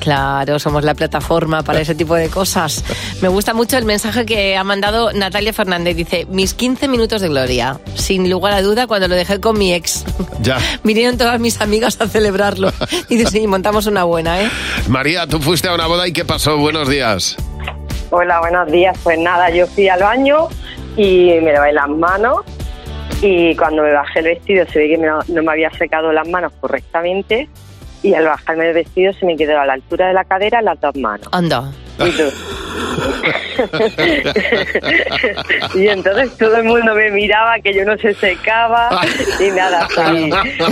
[SPEAKER 4] Claro, somos la plataforma para ese tipo de cosas. Me gusta mucho el mensaje que ha mandado Natalia Fernández. Dice, mis 15 minutos de gloria. Sin lugar a duda, cuando lo dejé con mi ex,
[SPEAKER 3] ya.
[SPEAKER 4] vinieron todas mis amigas a celebrarlo. Y dice, sí, montamos una buena, ¿eh?
[SPEAKER 3] María, tú fuiste a una boda y ¿qué pasó? Buenos días.
[SPEAKER 12] Hola, buenos días. Pues nada, yo fui al baño y me lavé las manos y cuando me bajé el vestido se ve que me- no me había secado las manos correctamente y al bajarme el vestido se me quedó a la altura de la cadera las dos manos.
[SPEAKER 4] Anda.
[SPEAKER 12] Y entonces todo el mundo me miraba que yo no se secaba y nada, fui,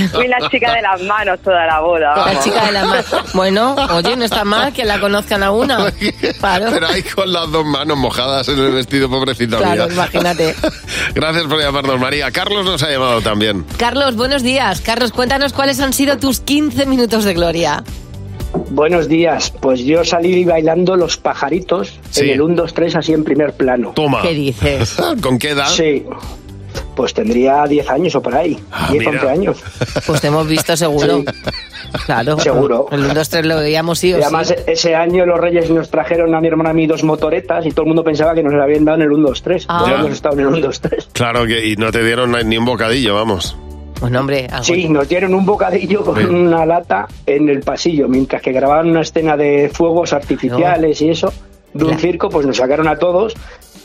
[SPEAKER 12] fui la chica de las manos toda la boda.
[SPEAKER 4] La
[SPEAKER 12] vamos.
[SPEAKER 4] chica de la ma- Bueno, oye, no está mal que la conozcan a una. Claro.
[SPEAKER 3] Pero ahí con las dos manos mojadas en el vestido, pobrecita
[SPEAKER 4] Claro,
[SPEAKER 3] mía.
[SPEAKER 4] imagínate.
[SPEAKER 3] Gracias por llamarnos, María. Carlos nos ha llamado también.
[SPEAKER 4] Carlos, buenos días. Carlos, cuéntanos cuáles han sido tus 15 minutos de gloria.
[SPEAKER 13] Buenos días, pues yo salí bailando los pajaritos en el 1, 2, 3 así en primer plano.
[SPEAKER 3] Toma. Ah,
[SPEAKER 4] ¿Qué dices?
[SPEAKER 3] ¿Con qué edad?
[SPEAKER 13] Sí, pues tendría 10 años o por ahí,
[SPEAKER 3] Ah,
[SPEAKER 13] 10,
[SPEAKER 4] mira.
[SPEAKER 13] 11 años.
[SPEAKER 4] Pues te hemos visto seguro. Claro.
[SPEAKER 13] Seguro.
[SPEAKER 4] El 1, 2, 3 lo veíamos sí
[SPEAKER 13] Y
[SPEAKER 4] o sí.
[SPEAKER 13] además ese año los reyes nos trajeron a mi hermana y a mí dos motoretas y todo el mundo pensaba que nos la habían dado en el 1, 2, 3.
[SPEAKER 4] Ah.
[SPEAKER 13] Pero
[SPEAKER 3] Ya.
[SPEAKER 13] hemos estado en el 1, 2, 3.
[SPEAKER 3] Claro que y no te dieron ni un bocadillo, vamos.
[SPEAKER 4] Bueno, hombre,
[SPEAKER 13] Sí, nos dieron un bocadillo con
[SPEAKER 3] Sí.
[SPEAKER 13] una lata en el pasillo, mientras que grababan una escena de fuegos artificiales y eso, de un circo, pues nos sacaron a todos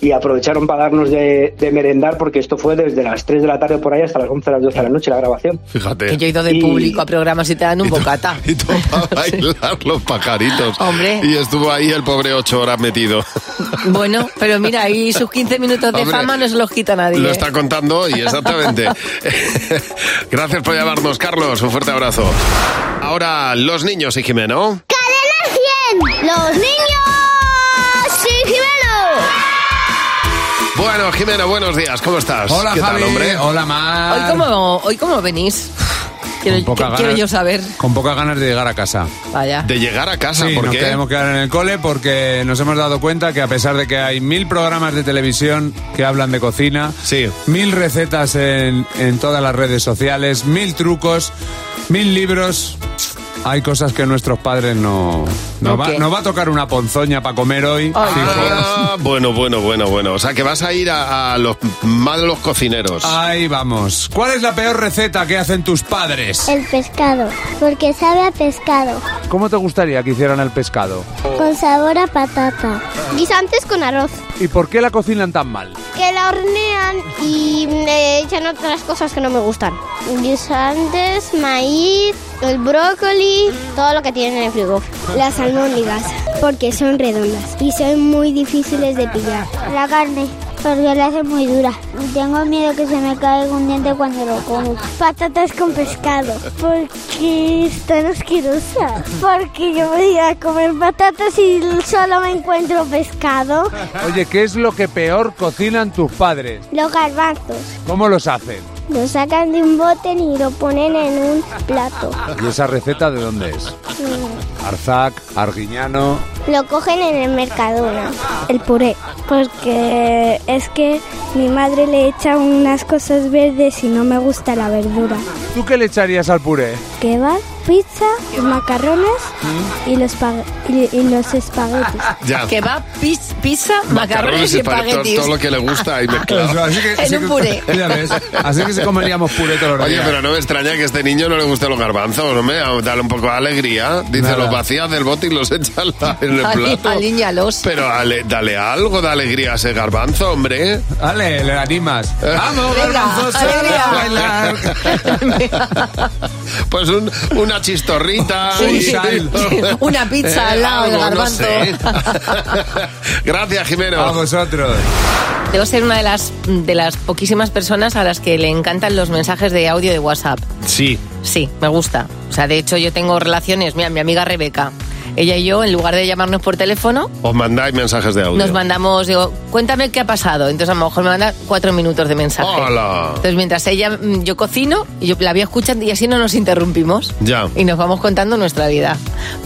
[SPEAKER 13] y aprovecharon para darnos de, de merendar, porque esto fue desde las 3 de la tarde por ahí hasta las 11 de las 12 de la noche la grabación.
[SPEAKER 3] Fíjate.
[SPEAKER 4] Que yo he ido de
[SPEAKER 13] Y-
[SPEAKER 4] público a programas y te dan un bocata.
[SPEAKER 3] A bailar los pajaritos.
[SPEAKER 4] Hombre.
[SPEAKER 3] Y estuvo ahí el pobre ocho horas metido.
[SPEAKER 4] Bueno, pero mira, ahí sus 15 minutos de
[SPEAKER 3] Hombre,
[SPEAKER 4] fama no se los quita nadie.
[SPEAKER 3] Lo
[SPEAKER 4] ¿eh?
[SPEAKER 3] está contando y exactamente. Gracias por llamarnos, Carlos. Un fuerte abrazo. Ahora, los niños y Jimeno.
[SPEAKER 15] ¡Los niños! ¡Sí,
[SPEAKER 3] Bueno, Jimeno, buenos días. ¿Cómo estás?
[SPEAKER 28] Hola,
[SPEAKER 3] ¿Qué
[SPEAKER 28] Javi.
[SPEAKER 3] tal, hombre?
[SPEAKER 28] Hola, Mar.
[SPEAKER 4] Hoy cómo, hoy cómo venís. Quiero,
[SPEAKER 28] poca
[SPEAKER 4] que-
[SPEAKER 28] ganas.
[SPEAKER 4] quiero yo saber.
[SPEAKER 28] Con pocas ganas de llegar a casa.
[SPEAKER 4] Vaya.
[SPEAKER 3] De llegar a casa,
[SPEAKER 28] sí,
[SPEAKER 3] ¿por
[SPEAKER 28] nos
[SPEAKER 3] qué?
[SPEAKER 28] queremos quedar en el cole porque nos hemos dado cuenta que a pesar de que hay mil programas de televisión que hablan de cocina, mil recetas en, en todas las redes sociales, mil trucos, mil libros, hay cosas que nuestros padres no... Nos, va,
[SPEAKER 3] Ok.
[SPEAKER 28] nos va a tocar una ponzoña para comer hoy.
[SPEAKER 3] Ah, bueno, bueno, bueno, bueno. O sea, que vas a ir a, a los malos cocineros.
[SPEAKER 28] Ahí vamos. ¿Cuál es la peor receta que hacen tus padres?
[SPEAKER 15] El pescado, porque sabe a pescado,
[SPEAKER 28] ¿Cómo te gustaría que hicieran el pescado?
[SPEAKER 15] con sabor a patata. Guisantes con arroz.
[SPEAKER 28] ¿Y por qué la cocinan tan mal?
[SPEAKER 15] Que la hornean y le echan otras cosas que no me gustan. Guisantes, maíz, el brócoli, todo lo que tienen en el frigo. Las almóndigas, porque son redondas y son muy difíciles de pillar. La carne, porque la hacen muy dura. Tengo miedo que se me caiga un diente cuando lo como. Patatas con pescado, porque están asquerosas. Porque yo voy a comer patatas y solo me encuentro pescado.
[SPEAKER 28] Oye, ¿qué es lo que peor cocinan tus padres?
[SPEAKER 15] Los garbanzos.
[SPEAKER 28] ¿Cómo los hacen?
[SPEAKER 15] Lo sacan de un bote y lo ponen en un plato.
[SPEAKER 28] ¿Y esa receta de dónde es? Arzac, Arguiñano.
[SPEAKER 15] lo cogen en el Mercadona, el puré.
[SPEAKER 10] Porque es que mi madre le echa unas cosas verdes y no me gusta la verdura.
[SPEAKER 28] ¿Tú qué le echarías al puré?
[SPEAKER 10] Kebab, pizza, macarrones y los, pa- y, y los espaguetis.
[SPEAKER 3] Ya.
[SPEAKER 4] Que va pis- pizza, macarrones y espaguetis.
[SPEAKER 3] Todo, todo lo que le gusta ahí mezclado.
[SPEAKER 28] Así que- En así un que- puré. ya ves, así que se comeríamos puré todos los
[SPEAKER 3] Oye,
[SPEAKER 28] días.
[SPEAKER 3] pero no me extraña que a este niño no le gusten los garbanzos, hombre. Dale un poco de alegría. Dice,
[SPEAKER 28] Nada.
[SPEAKER 3] los vacías del bote y los echas la- en el plato.
[SPEAKER 4] Alíñalos.
[SPEAKER 3] Pero ale- dale algo de alegría a ese garbanzo, hombre. Eh,
[SPEAKER 28] Dale, le animas. ¡Vamos,
[SPEAKER 4] Venga,
[SPEAKER 28] garbanzos!
[SPEAKER 4] alegría.
[SPEAKER 28] a bailar!
[SPEAKER 3] Pues un- una chistorrita.
[SPEAKER 4] Sí,
[SPEAKER 3] y- Eh,
[SPEAKER 4] sí, una pizza al lado del
[SPEAKER 3] algo, no
[SPEAKER 4] garbanzo.
[SPEAKER 3] sé. Gracias, Jimeno.
[SPEAKER 28] A vosotros.
[SPEAKER 4] Debo ser una de las, de las poquísimas personas a las que le encantan los mensajes de audio de WhatsApp.
[SPEAKER 3] Sí.
[SPEAKER 4] Sí, me gusta. O sea, de hecho yo tengo relaciones, mira, mi amiga Rebeca, ella y yo, en lugar de llamarnos por teléfono,
[SPEAKER 3] Os mandáis mensajes de
[SPEAKER 4] nos
[SPEAKER 3] audio.
[SPEAKER 4] mandamos, digo, cuéntame qué ha pasado. Entonces a lo mejor me manda cuatro minutos de mensaje.
[SPEAKER 3] Hola.
[SPEAKER 4] Entonces mientras ella, mm, yo cocino, y yo la voy escuchando y así no nos interrumpimos.
[SPEAKER 3] Ya.
[SPEAKER 4] Y nos vamos contando nuestra vida.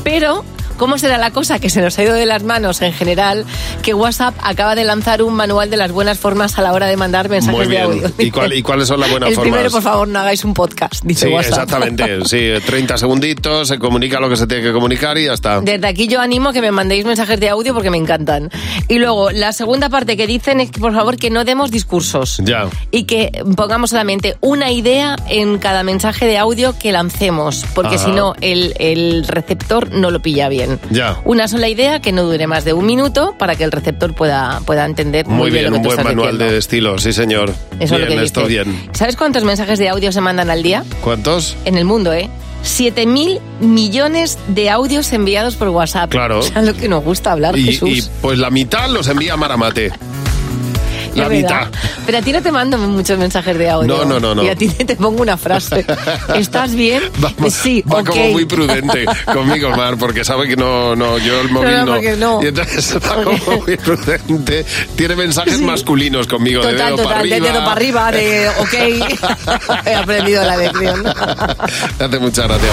[SPEAKER 4] Pero, ¿cómo será la cosa que se nos ha ido de las manos en general? Que WhatsApp acaba de lanzar un manual de las buenas formas a la hora de mandar mensajes
[SPEAKER 3] Muy
[SPEAKER 4] de audio.
[SPEAKER 3] bien. ¿Y, cuál- y cuáles son las buenas
[SPEAKER 4] El
[SPEAKER 3] formas?
[SPEAKER 4] primero, por favor, no hagáis un podcast, dice
[SPEAKER 3] Sí,
[SPEAKER 4] WhatsApp.
[SPEAKER 3] exactamente. Sí, 30 segunditos, se comunica lo que se tiene que comunicar y ya está.
[SPEAKER 4] Desde aquí yo animo a que me mandéis mensajes de audio porque me encantan. Y luego, la segunda parte que dicen es que por favor que no demos discursos.
[SPEAKER 3] Ya.
[SPEAKER 4] Y que pongamos solamente una idea en cada mensaje de audio que lancemos, porque
[SPEAKER 3] Ajá.
[SPEAKER 4] si no, el, el receptor no lo pilla bien.
[SPEAKER 3] Ya.
[SPEAKER 4] Una sola idea que no dure más de un minuto para que el receptor pueda, pueda entender muy,
[SPEAKER 3] Muy bien,
[SPEAKER 4] lo que
[SPEAKER 3] un
[SPEAKER 4] tú
[SPEAKER 3] buen
[SPEAKER 4] estás
[SPEAKER 3] manual
[SPEAKER 4] diciendo.
[SPEAKER 3] de estilo, sí señor.
[SPEAKER 4] Eso es lo
[SPEAKER 3] bien,
[SPEAKER 4] que
[SPEAKER 3] esto
[SPEAKER 4] dice.
[SPEAKER 3] bien.
[SPEAKER 4] ¿Sabes cuántos mensajes de audio se mandan al día?
[SPEAKER 3] ¿Cuántos?
[SPEAKER 4] en el mundo, ¿eh? 7.000 millones de audios enviados por WhatsApp.
[SPEAKER 3] Claro.
[SPEAKER 4] O sea, lo que nos gusta hablar,
[SPEAKER 3] Y,
[SPEAKER 4] Jesús.
[SPEAKER 3] y, pues la mitad los envía Maramate. La
[SPEAKER 4] verdad.
[SPEAKER 3] mitad.
[SPEAKER 4] Pero a ti no te mando muchos mensajes de audio.
[SPEAKER 3] No, no, no, no.
[SPEAKER 4] Y a ti te pongo una frase. ¿Estás bien?
[SPEAKER 3] Vamos,
[SPEAKER 4] sí,
[SPEAKER 3] va
[SPEAKER 4] ok.
[SPEAKER 3] como muy prudente conmigo, Mar, porque sabe que no, no yo el móvil
[SPEAKER 4] No, no,
[SPEAKER 3] no.
[SPEAKER 4] porque no.
[SPEAKER 3] Y entonces va como muy prudente. Tiene mensajes masculinos conmigo, de
[SPEAKER 4] Total,
[SPEAKER 3] dedo para
[SPEAKER 4] total, de
[SPEAKER 3] arriba.
[SPEAKER 4] dedo para arriba, de ok. He aprendido la lección.
[SPEAKER 3] Me hace mucha gracia.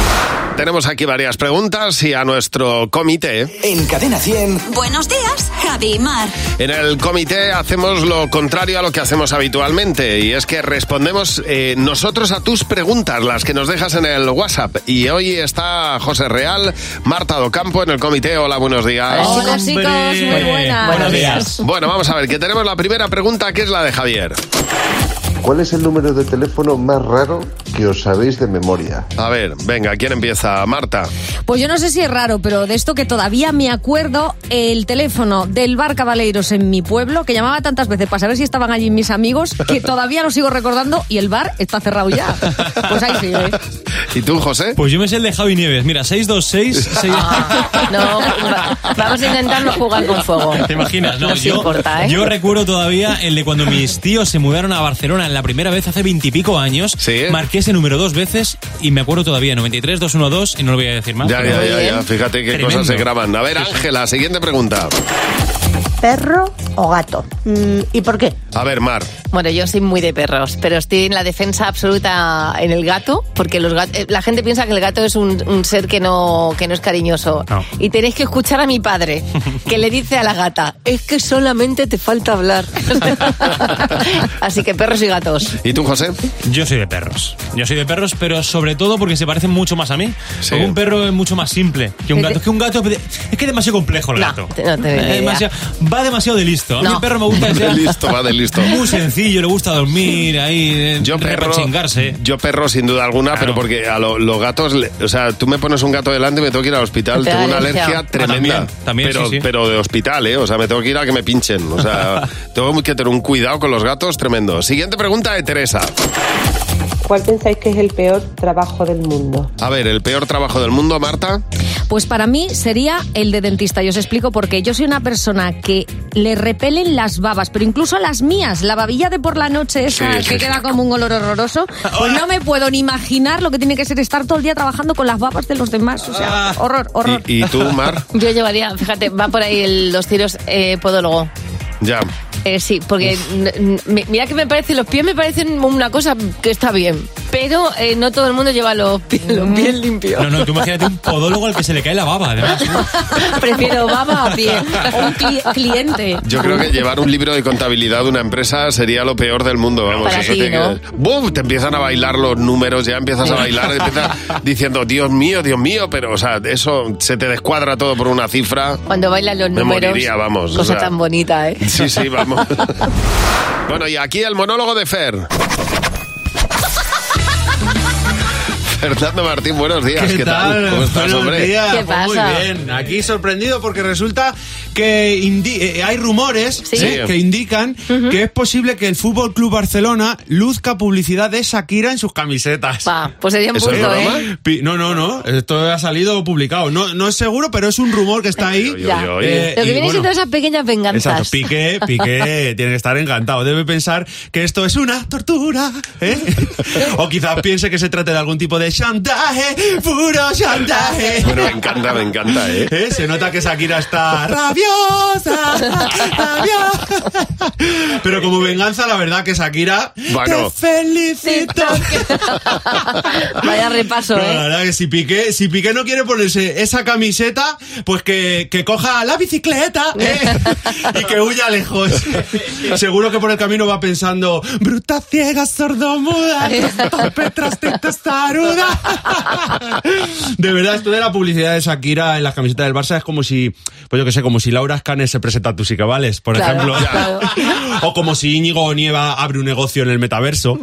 [SPEAKER 3] Tenemos aquí varias preguntas y a nuestro comité.
[SPEAKER 2] En Cadena 100.
[SPEAKER 1] Buenos días, Javi y Mar.
[SPEAKER 3] En el comité hacemos lo contrario a lo que hacemos habitualmente y es que respondemos eh, nosotros a tus preguntas, las que nos dejas en el WhatsApp. Y hoy está José Real, Marta Docampo en el comité. Hola, buenos días.
[SPEAKER 4] Hola, chicos, muy buenas.
[SPEAKER 3] Bueno, vamos a ver, que tenemos la primera pregunta que es la de Javier.
[SPEAKER 17] ¿Cuál es el número de teléfono más raro que os sabéis de memoria?
[SPEAKER 3] A ver, venga, ¿quién empieza? Marta.
[SPEAKER 18] Pues yo no sé si es raro, pero de esto que todavía me acuerdo, el teléfono del bar Cabaleiros en mi pueblo, que llamaba tantas veces para saber si estaban allí mis amigos, que todavía lo sigo recordando y el bar está cerrado ya. Pues ahí sí, ¿eh?
[SPEAKER 3] ¿Y tú, José?
[SPEAKER 7] Pues yo me sé el de Javi Nieves. Mira, 626. seis-
[SPEAKER 4] No, va- vamos a intentar no jugar con fuego.
[SPEAKER 7] ¿Te imaginas? No,
[SPEAKER 4] Nos
[SPEAKER 7] yo,
[SPEAKER 4] importa, ¿eh?
[SPEAKER 7] yo recuerdo todavía el de cuando mis tíos se mudaron a Barcelona la primera vez hace veintipico años. Marqué ese número dos veces y me acuerdo todavía 93, 212 y no lo voy a decir
[SPEAKER 4] Ah,
[SPEAKER 7] más.
[SPEAKER 3] Ya,
[SPEAKER 7] Pero-
[SPEAKER 3] ya, ya, ya, fíjate qué
[SPEAKER 7] Tremendo.
[SPEAKER 3] cosas se graban. A ver, Ángela, siguiente pregunta.
[SPEAKER 4] ¿Perro o gato? Mm, ¿Y por qué?
[SPEAKER 3] A ver, Mar.
[SPEAKER 4] Bueno, yo soy muy de perros, pero estoy en la defensa absoluta en el gato, porque los gat- eh, la gente piensa que el gato es un, un ser que no, que no es cariñoso.
[SPEAKER 19] No.
[SPEAKER 4] Y tenéis que escuchar a mi padre, que le dice a la gata, es que solamente te falta hablar. Así que perros y gatos.
[SPEAKER 3] ¿Y tú, José?
[SPEAKER 7] Yo soy de perros. Yo soy de perros, pero sobre todo porque se parecen mucho más a mí. Porque un perro es mucho más simple que un gato. Es que un gato es que es demasiado complejo el gato.
[SPEAKER 4] Eh, no te-
[SPEAKER 7] Es
[SPEAKER 4] ni idea.
[SPEAKER 7] demasiado- va demasiado de listo. A mí
[SPEAKER 4] No.
[SPEAKER 7] el perro me gusta que
[SPEAKER 3] Va de
[SPEAKER 7] sea
[SPEAKER 3] listo, va de listo.
[SPEAKER 7] Muy sencillo, le gusta dormir ahí, eh. yo
[SPEAKER 3] Yo perro sin duda alguna, pero porque a lo- los gatos, le- o sea, tú me pones un gato delante y me tengo que ir al hospital,
[SPEAKER 7] Te da
[SPEAKER 3] tengo una
[SPEAKER 7] alergia.
[SPEAKER 3] alergia
[SPEAKER 7] Ah,
[SPEAKER 3] tremenda,
[SPEAKER 7] también, también,
[SPEAKER 3] pero,
[SPEAKER 7] sí, sí.
[SPEAKER 3] pero de hospital, eh, o sea, me tengo que ir a que me pinchen, o sea, tengo que tener un cuidado con los gatos tremendo. Siguiente pregunta de Teresa.
[SPEAKER 20] ¿Cuál pensáis que es el peor trabajo del mundo?
[SPEAKER 3] A ver, el peor trabajo del mundo, Marta.
[SPEAKER 18] Pues para mí sería el de dentista. Y os explico por qué. Yo soy una persona que le repelen las babas, pero incluso las mías. La babilla de por la noche esa
[SPEAKER 30] Sí, sí, sí.
[SPEAKER 18] que queda como un olor horroroso. Pues no me puedo ni imaginar lo que tiene que ser estar todo el día trabajando con las babas de los demás. O sea, horror, horror.
[SPEAKER 3] ¿Y, y tú, Mar?
[SPEAKER 4] Yo llevaría, fíjate, va por ahí el- los tiros eh, podólogo.
[SPEAKER 3] Ya.
[SPEAKER 4] Eh, sí, porque n- n- mi- mira que me parece, los pies me parecen una cosa que está bien, pero eh, no todo el mundo lleva los pies
[SPEAKER 18] Mm.
[SPEAKER 4] bien limpios.
[SPEAKER 7] No, no, tú imagínate un podólogo al que se le cae la baba, además.
[SPEAKER 4] Prefiero baba a pie. O un cli- cliente.
[SPEAKER 3] Yo creo que llevar un libro de contabilidad de una empresa sería lo peor del mundo. Vamos,
[SPEAKER 4] Para
[SPEAKER 3] eso
[SPEAKER 4] ti,
[SPEAKER 3] te,
[SPEAKER 4] ¿no?
[SPEAKER 3] ¡Buf! te empiezan a bailar los números, ya empiezas a bailar, empiezas diciendo, Dios mío, Dios mío, pero, o sea, eso se te descuadra todo por una cifra.
[SPEAKER 4] Cuando bailan los
[SPEAKER 3] Me
[SPEAKER 4] números.
[SPEAKER 3] moriría, vamos, o
[SPEAKER 4] Cosa
[SPEAKER 3] sea.
[SPEAKER 4] tan bonita, ¿eh?
[SPEAKER 3] Sí, sí, vamos. Bueno, y aquí el monólogo de Fer. Fernando Martín, buenos días. ¿Qué, ¿Cómo estás,
[SPEAKER 16] Buenos
[SPEAKER 3] hombre?
[SPEAKER 16] días.
[SPEAKER 4] ¿Qué
[SPEAKER 16] Pues
[SPEAKER 4] pasa?
[SPEAKER 16] Muy bien. Aquí sorprendido porque resulta que indi- eh, hay rumores
[SPEAKER 4] Sí.
[SPEAKER 16] ¿eh?
[SPEAKER 4] Sí.
[SPEAKER 16] que indican que es posible que el Fútbol Club Barcelona luzca publicidad de Shakira en sus camisetas.
[SPEAKER 4] pues sería un ¿Eso es punto, ¿eh? broma?
[SPEAKER 16] Pi- No, no, no. Esto ha salido publicado. No, no es seguro, pero es un rumor que está ahí.
[SPEAKER 4] Ya.
[SPEAKER 16] Eh,
[SPEAKER 4] Lo que
[SPEAKER 16] y
[SPEAKER 4] viene
[SPEAKER 16] bueno.
[SPEAKER 4] siendo esas pequeñas venganzas.
[SPEAKER 16] Exacto, Piqué, Piqué tiene que estar encantado. Debe pensar que esto es una tortura, ¿eh? O quizás piense que se trate de algún tipo de chantaje, puro chantaje.
[SPEAKER 3] Bueno, me encanta, me encanta, ¿eh?
[SPEAKER 16] ¿Eh? Se nota que Shakira está rabia.
[SPEAKER 19] ¡Rabiosa! ¡Rabiosa!
[SPEAKER 16] Pero como venganza, la verdad que Shakira.
[SPEAKER 19] Te felicito.
[SPEAKER 4] Vaya repaso,
[SPEAKER 16] No,
[SPEAKER 4] ¿eh?
[SPEAKER 16] la verdad que si Piqué, si Piqué no quiere ponerse esa camiseta, pues que, que coja la bicicleta ¿eh? y que huya lejos. Seguro que por el camino va pensando, bruta ciega, sordomuda, torpe, traste, testaruda. De verdad, esto de la publicidad de Shakira en las camisetas del Barça es como si, pues yo que sé, como si Laura Escanes se presenta a tus y cabales, por
[SPEAKER 4] Claro,
[SPEAKER 16] ejemplo.
[SPEAKER 4] claro.
[SPEAKER 16] O como si Íñigo Nieva abre un negocio en el metaverso.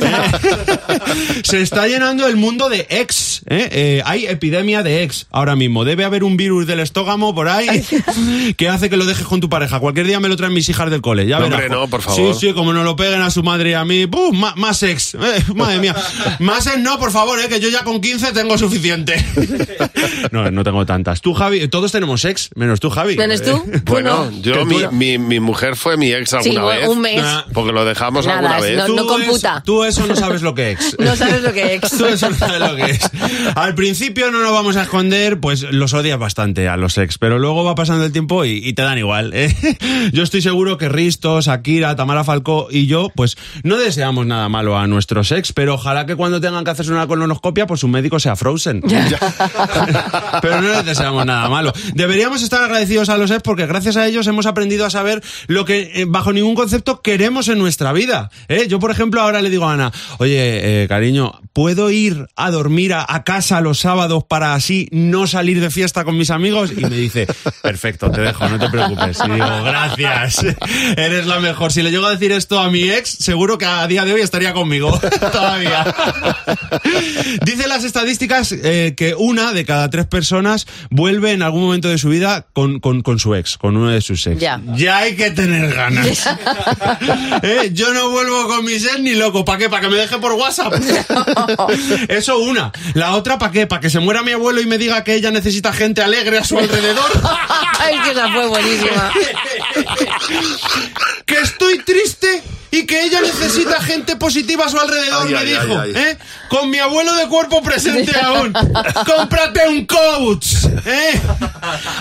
[SPEAKER 16] Se está llenando el mundo de ex. ¿eh? Eh, hay epidemia de ex ahora mismo. Debe haber un virus del estógamo por ahí que hace que lo dejes con tu pareja. Cualquier día me lo traen mis hijas del cole. Ya
[SPEAKER 3] No,
[SPEAKER 16] verás.
[SPEAKER 3] hombre, no, por favor.
[SPEAKER 16] Sí, sí, como no lo peguen a su madre y a mí. ¡Buf! Ma- más ex. Eh, madre mía. Más ex no, por favor, eh, que yo ya con 15 tengo suficiente. No, no tengo tantas. Tú, Javi, todos tenemos ex, menos tú, Javi.
[SPEAKER 4] Menos tú.
[SPEAKER 16] Eh,
[SPEAKER 3] Bueno, yo,
[SPEAKER 16] que tú
[SPEAKER 3] mi,
[SPEAKER 16] no.
[SPEAKER 3] mi, mi mujer fue mi ex alguna
[SPEAKER 4] Sí,
[SPEAKER 3] vez.
[SPEAKER 4] un mes.
[SPEAKER 3] Porque lo dejamos
[SPEAKER 4] Nada,
[SPEAKER 3] alguna vez.
[SPEAKER 4] no- no Tú computa. es-
[SPEAKER 16] tú eso no sabes lo que ex.
[SPEAKER 4] No sabes lo que ex.
[SPEAKER 16] Tú eso no sabes lo que es. Al principio no nos vamos a esconder, pues los odias bastante a los ex, pero luego va pasando el tiempo y, y te dan igual. ¿eh? Yo estoy seguro que Risto, Shakira, Tamara Falcó y yo, pues no deseamos nada malo a nuestros ex, pero ojalá que cuando tengan que hacerse una colonoscopia, pues su médico sea Frozen. pero no les deseamos nada malo. Deberíamos estar agradecidos a los ex porque gracias a ellos hemos aprendido a saber lo que eh, bajo ningún concepto queremos en nuestra vida. ¿eh? Yo, por ejemplo, ahora le digo a Ana, oye, eh, cariño, ¿puedo ir a dormir a, a casa los sábados para así no salir de fiesta con mis amigos? Y me dice, perfecto, te dejo, no te preocupes. Y digo, gracias, eres la mejor. Si le llego a decir esto a mi ex, seguro que a día de hoy estaría conmigo todavía. Dicen las estadísticas eh, que una de cada tres personas vuelve en algún momento de su vida con, con- con su ex, con uno de sus ex.
[SPEAKER 4] Ya.
[SPEAKER 16] Ya hay que tener ganas. Eh, Yo no vuelvo con mis ex ni loco. ¿Para qué? ¿Para que me deje por WhatsApp? Eso una. La otra, ¿para qué? ¿Para que se muera mi abuelo y me diga que ella necesita gente alegre a su alrededor?
[SPEAKER 4] es que esa fue buenísima.
[SPEAKER 16] que estoy triste y que ella necesita gente positiva a su alrededor,
[SPEAKER 3] Ay,
[SPEAKER 16] me
[SPEAKER 3] ay,
[SPEAKER 16] dijo.
[SPEAKER 3] ay, ay.
[SPEAKER 16] ¿eh? Con mi abuelo de cuerpo presente aún. Cómprate un coach. ¿eh?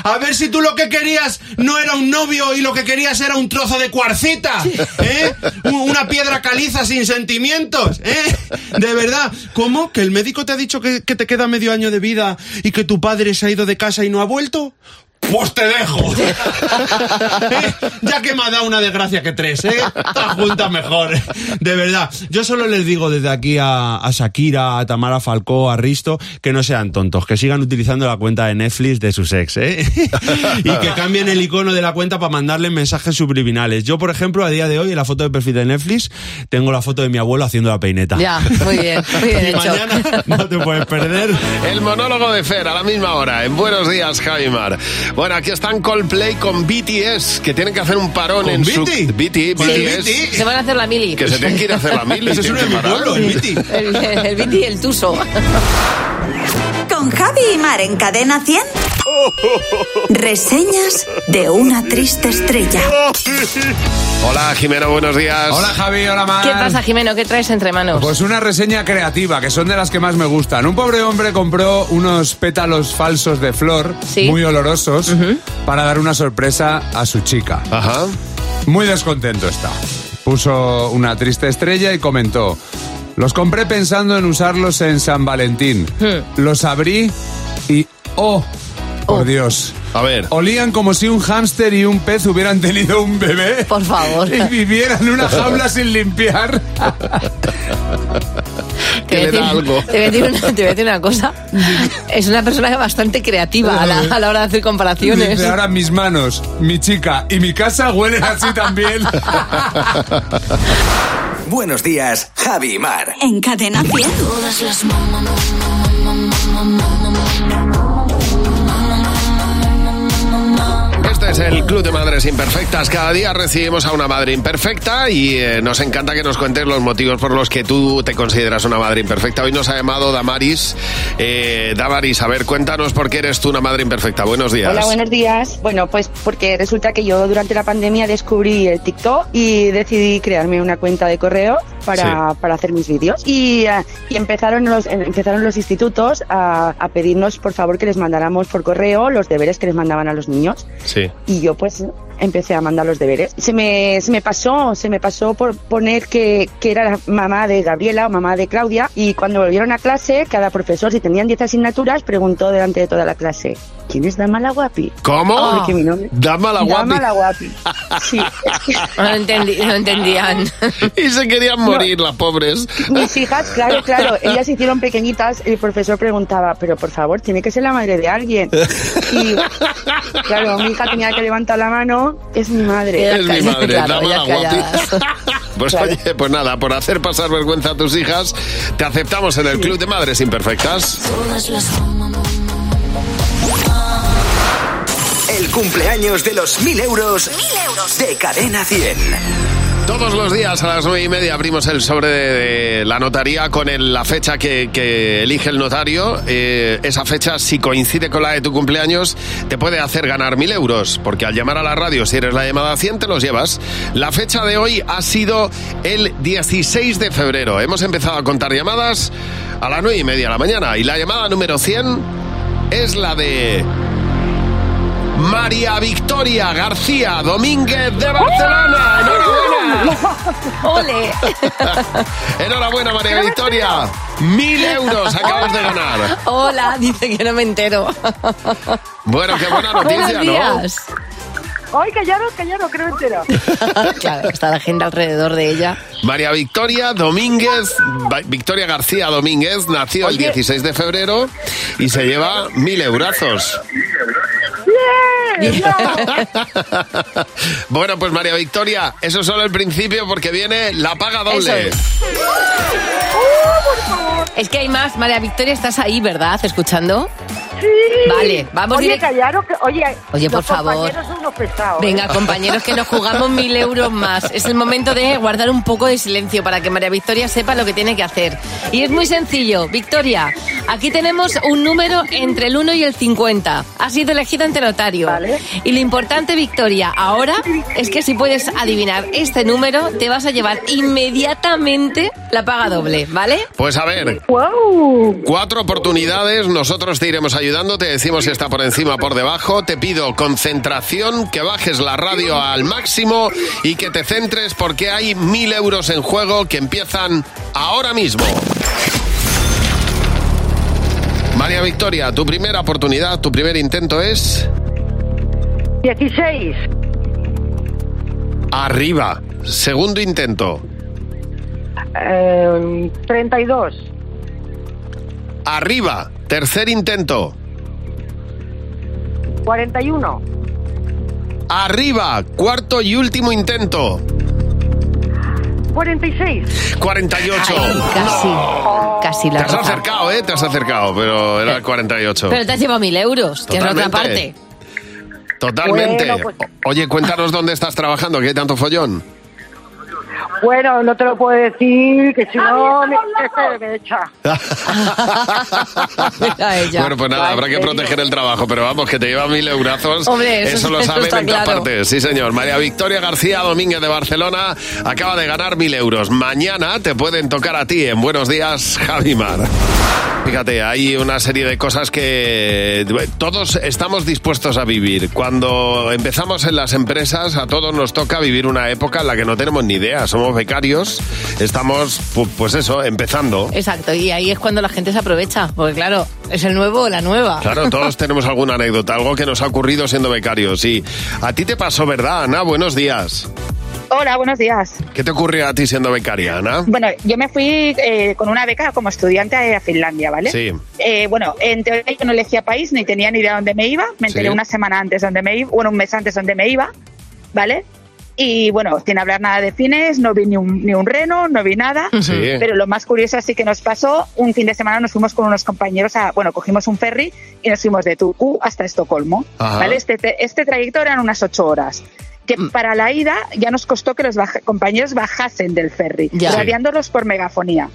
[SPEAKER 16] A ver si tú lo que querías no era un novio y lo que querías era un trozo de cuarcita. ¿eh? U- Una piedra caliza sin sentimientos. ¿eh? De verdad. ¿Cómo? ¿Que el médico te ha dicho que, que te queda medio año de vida y que tu padre se ha ido de casa y no ha vuelto? Pues te dejo. ¿Eh? Ya que me ha dado una desgracia que tres, ¿eh? Estas juntas mejor. De verdad. Yo solo les digo desde aquí a, a Shakira, a Tamara Falcó, a Risto, que no sean tontos, que sigan utilizando la cuenta de Netflix de sus ex, ¿eh? Y que cambien el icono de la cuenta para mandarle mensajes subliminales. Yo, por ejemplo, a día de hoy, en la foto de perfil de Netflix, tengo la foto de mi abuelo haciendo la peineta.
[SPEAKER 4] Ya, muy bien, muy bien
[SPEAKER 16] Y
[SPEAKER 4] hecho.
[SPEAKER 16] mañana no te puedes perder.
[SPEAKER 3] El monólogo de Fer a la misma hora, en Buenos Días, Javimar. Bueno, aquí están Coldplay con BTS, que tienen que hacer un parón
[SPEAKER 16] ¿Con
[SPEAKER 3] en su...
[SPEAKER 16] BT?
[SPEAKER 3] BT,
[SPEAKER 16] ¿Con el
[SPEAKER 3] BTS.
[SPEAKER 16] BT?
[SPEAKER 4] Se van a hacer la mili.
[SPEAKER 3] Que se tienen que ir a hacer la mili.
[SPEAKER 16] Ese es uno de mi pueblo, el BT.
[SPEAKER 4] El, el Viti y el Tuso.
[SPEAKER 1] Con Javi y Mar en Cadena 100. Reseñas de una triste estrella.
[SPEAKER 3] Hola, Jimeno, buenos días.
[SPEAKER 28] Hola Javi, hola Mar.
[SPEAKER 4] ¿Qué pasa, Jimeno? ¿Qué traes entre manos?
[SPEAKER 28] Pues una reseña creativa, que son de las que más me gustan. Un pobre hombre compró unos pétalos falsos de flor, muy olorosos, para dar una sorpresa a su chica. Muy descontento está. Puso una triste estrella y comentó, Los compré pensando en usarlos en San Valentín.
[SPEAKER 4] Hmm.
[SPEAKER 28] Los abrí y ¡oh! Por Dios. A ver. Olían como si un hámster y un pez hubieran tenido un bebé.
[SPEAKER 4] Por favor.
[SPEAKER 28] Y vivieran en una jaula sin limpiar.
[SPEAKER 4] Te voy, a decir- te voy a decir una, te voy a decir una cosa. Es una persona bastante creativa a la, a la hora de hacer comparaciones.
[SPEAKER 28] Dice, ahora mis manos, mi chica y mi casa huelen así también.
[SPEAKER 2] Buenos días, Javi y Mar.
[SPEAKER 1] En Cadena 100. Todas las
[SPEAKER 3] Este es el Club de Madres Imperfectas. Cada día recibimos a una madre imperfecta y eh, nos encanta que nos cuentes los motivos por los que tú te consideras una madre imperfecta. Hoy nos ha llamado Damaris. Eh, Damaris, a ver, cuéntanos por qué eres tú una madre imperfecta. Buenos días.
[SPEAKER 5] Hola, buenos días. Bueno, pues porque resulta que yo durante la pandemia descubrí el TikTok y decidí crearme una cuenta de correo para, para hacer mis vídeos. Y, eh, y empezaron, los, eh, empezaron los institutos a, a pedirnos, por favor, que les mandáramos por correo los deberes que les mandaban a los niños.
[SPEAKER 3] Sí.
[SPEAKER 5] Y yo, pues, empecé a mandar los deberes. Se me, se me pasó, se me pasó por poner que, que era la mamá de Gabriela o mamá de Claudia. Y cuando volvieron a clase, cada profesor, si tenían 10 asignaturas, preguntó delante de toda la clase. ¿Quién es Dama la Guapi?
[SPEAKER 3] ¿Cómo?
[SPEAKER 5] Porque Ah. mi nombre...
[SPEAKER 3] Dama la guapi.
[SPEAKER 5] Dama la Guapi. Sí.
[SPEAKER 4] No, entendí- no entendían.
[SPEAKER 3] Y se querían morir, las pobres.
[SPEAKER 5] Mis hijas, claro, claro, ellas se hicieron pequeñitas. El profesor preguntaba, pero por favor, tiene que ser la madre de alguien. Y claro, mi hija tenía que levantar la mano, es mi madre.
[SPEAKER 3] Es mi madre,
[SPEAKER 5] Claro,
[SPEAKER 3] dama la
[SPEAKER 5] ya calladas.
[SPEAKER 3] guapi. Pues oye, pues nada, por hacer pasar vergüenza a tus hijas, te aceptamos en el Club de Madres Imperfectas.
[SPEAKER 2] El cumpleaños de los 1000 euros, de Cadena 100.
[SPEAKER 3] Todos los días a las nueve y media abrimos el sobre de, de la notaría con el- la fecha que, que elige el notario. Eh, esa fecha, si coincide con la de tu cumpleaños, te puede hacer ganar mil euros, porque al llamar a la radio, si eres la llamada 100, te los llevas. La fecha de hoy ha sido el 16 de febrero. Hemos empezado a contar llamadas a las nueve y media de la mañana y la llamada número 100 es la de María Victoria García Domínguez de Barcelona. ¡Enhorabuena!
[SPEAKER 4] ¡Ole!
[SPEAKER 3] Enhorabuena, María Victoria. Mil euros acabas de ganar.
[SPEAKER 4] Hola, dice que no me entero.
[SPEAKER 3] Bueno, qué buena noticia,
[SPEAKER 4] Buenos
[SPEAKER 3] ¿no?
[SPEAKER 4] días.
[SPEAKER 5] Ay, callaros, callaros, creo entera.
[SPEAKER 4] Claro, está la gente alrededor de ella.
[SPEAKER 3] María Victoria Domínguez, Va- Victoria García Domínguez, nació el 16 de febrero y se lleva mil eurazos.
[SPEAKER 5] ¡Bien!
[SPEAKER 3] bueno, pues María Victoria, eso es solo el principio porque viene la paga
[SPEAKER 4] Eso
[SPEAKER 3] doble.
[SPEAKER 4] es. Es que hay más. María Victoria, estás ahí, ¿verdad? ¿Escuchando?
[SPEAKER 5] Sí.
[SPEAKER 4] Vale, vamos
[SPEAKER 5] Oye,
[SPEAKER 4] direct-
[SPEAKER 5] callaros, que- oye,
[SPEAKER 4] Oye, por
[SPEAKER 5] los
[SPEAKER 4] favor.
[SPEAKER 5] compañeros son unos pesados.
[SPEAKER 4] Venga,
[SPEAKER 5] ¿eh?
[SPEAKER 4] compañeros, que nos jugamos mil euros más. Es el momento de guardar un poco de silencio para que María Victoria sepa lo que tiene que hacer. Y es muy sencillo. Victoria, aquí tenemos un número entre el 1 y el 50. Ha sido elegida ante notario. Y lo importante, Victoria, ahora es que si puedes adivinar este número, te vas a llevar inmediatamente la paga doble, ¿vale?
[SPEAKER 3] Pues a ver. Cuatro oportunidades, nosotros te iremos ayudando, te decimos si está por encima o por debajo, te pido concentración, que bajes la radio al máximo y que te centres porque hay mil euros en juego que empiezan ahora mismo. María Victoria, tu primera oportunidad, tu primer intento es
[SPEAKER 5] 16,
[SPEAKER 3] arriba. Segundo intento,
[SPEAKER 5] eh, 32,
[SPEAKER 3] arriba. Tercer intento,
[SPEAKER 5] 41,
[SPEAKER 3] arriba. Cuarto y último intento.
[SPEAKER 5] 46.
[SPEAKER 3] 48.
[SPEAKER 4] Casi. Casi la
[SPEAKER 3] Te has
[SPEAKER 4] roza.
[SPEAKER 3] acercado, ¿eh? Te has acercado, pero era el 48.
[SPEAKER 4] Pero te has llevado mil euros, que es la otra parte.
[SPEAKER 3] Totalmente. Totalmente.
[SPEAKER 5] Bueno, pues-
[SPEAKER 3] O- Oye, cuéntanos dónde estás trabajando, que hay tanto follón.
[SPEAKER 5] Bueno, no te lo puedo decir, que si no, mi jefe me echa.
[SPEAKER 3] Bueno, pues nada, habrá que proteger el trabajo, pero vamos, que te lleva mil eurazos.
[SPEAKER 4] Hombre, eso-
[SPEAKER 3] lo
[SPEAKER 4] eso
[SPEAKER 3] saben
[SPEAKER 4] está
[SPEAKER 3] en todas
[SPEAKER 4] claro.
[SPEAKER 3] partes. Sí, señor. María Victoria García Domínguez de Barcelona acaba de ganar mil euros. Mañana te pueden tocar a ti en Buenos Días, Javimar. Fíjate, hay una serie de cosas que todos estamos dispuestos a vivir. Cuando empezamos en las empresas, a todos nos toca vivir una época en la que no tenemos ni idea. Somos somos becarios, estamos, pu- pues eso, empezando.
[SPEAKER 4] Exacto, y ahí es cuando la gente se aprovecha, porque claro, es el nuevo o la nueva.
[SPEAKER 3] Claro, todos tenemos alguna anécdota, algo que nos ha ocurrido siendo becarios. Y a ti te pasó, ¿verdad, Ana? Buenos días.
[SPEAKER 6] Hola, buenos días.
[SPEAKER 3] ¿Qué te ocurrió a ti siendo becaria, Ana?
[SPEAKER 6] Bueno, yo me fui eh, con una beca como estudiante a Finlandia, ¿vale?
[SPEAKER 3] Sí.
[SPEAKER 6] Eh, bueno, en teoría yo no elegía país, ni tenía ni idea dónde me iba. Me enteré
[SPEAKER 21] Sí.
[SPEAKER 6] una semana antes donde me iba, bueno, un mes antes donde me iba, ¿vale? Y bueno, sin hablar nada de fines, no vi ni un, ni un reno, no vi nada.
[SPEAKER 21] Sí.
[SPEAKER 6] Pero lo más curioso así que nos pasó, un fin de semana nos fuimos con unos compañeros a, bueno, cogimos un ferry y nos fuimos de Turku hasta Estocolmo,
[SPEAKER 21] Ajá.
[SPEAKER 6] ¿vale? Este, te- este trayecto eran unas ocho horas. Que
[SPEAKER 21] Mm.
[SPEAKER 6] para la ida ya nos costó que los baja- compañeros bajasen del ferry,
[SPEAKER 21] Ya. Sí.
[SPEAKER 6] radiándolos por megafonía.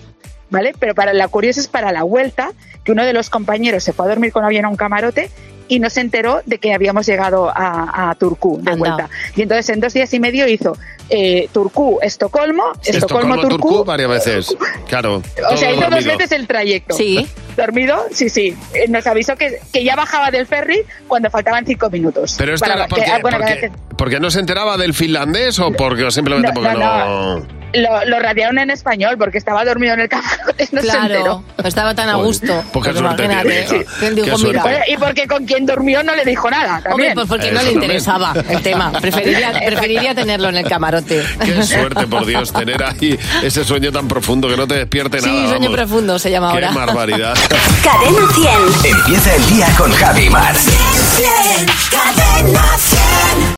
[SPEAKER 6] ¿Vale? Pero para la curiosa es para la vuelta, que uno de los compañeros se fue a dormir con avión a un camarote y no se enteró de que habíamos llegado a, a Turku de vuelta. Y entonces en dos días y medio hizo eh, Turku, Estocolmo, Estocolmo, Turku.
[SPEAKER 3] varias veces. Claro.
[SPEAKER 6] O
[SPEAKER 3] todo
[SPEAKER 6] sea, hizo dos
[SPEAKER 3] dormido.
[SPEAKER 6] veces el trayecto.
[SPEAKER 3] Sí.
[SPEAKER 6] ¿Dormido? Sí, sí. Eh, Nos avisó que, que ya bajaba del ferry cuando faltaban cinco minutos.
[SPEAKER 3] Pero esto
[SPEAKER 6] Para-
[SPEAKER 3] era
[SPEAKER 6] que-
[SPEAKER 3] porque,
[SPEAKER 6] ah, bueno,
[SPEAKER 3] porque-
[SPEAKER 6] que-
[SPEAKER 3] porque no se enteraba del finlandés o porque o simplemente
[SPEAKER 6] No,
[SPEAKER 3] porque
[SPEAKER 6] no,
[SPEAKER 3] no.
[SPEAKER 6] lo, lo radiaron en español porque estaba dormido en el camarote. No
[SPEAKER 4] Claro,
[SPEAKER 6] se enteró.
[SPEAKER 4] estaba tan a
[SPEAKER 3] Joder,
[SPEAKER 4] gusto.
[SPEAKER 3] poca
[SPEAKER 4] Pues
[SPEAKER 3] suerte
[SPEAKER 4] imagínate.
[SPEAKER 3] tiene, hija.
[SPEAKER 4] Dijo,
[SPEAKER 3] Qué
[SPEAKER 4] mira,
[SPEAKER 3] suerte.
[SPEAKER 6] Y porque con quien durmió no le dijo nada.
[SPEAKER 4] Hombre,
[SPEAKER 6] También.
[SPEAKER 4] pues porque
[SPEAKER 3] Eso
[SPEAKER 4] no le
[SPEAKER 3] también.
[SPEAKER 4] interesaba el tema. Preferiría, preferiría tenerlo en el camarote.
[SPEAKER 3] Qué suerte, por Dios, tener ahí ese sueño tan profundo que no te despierte
[SPEAKER 4] Sí,
[SPEAKER 3] nada.
[SPEAKER 4] sueño
[SPEAKER 3] vamos.
[SPEAKER 4] profundo se llama
[SPEAKER 3] Qué
[SPEAKER 4] ahora.
[SPEAKER 3] barbaridad.
[SPEAKER 1] Cadena 100.
[SPEAKER 2] Empieza el día con Javi Mar.
[SPEAKER 1] Cadena 100.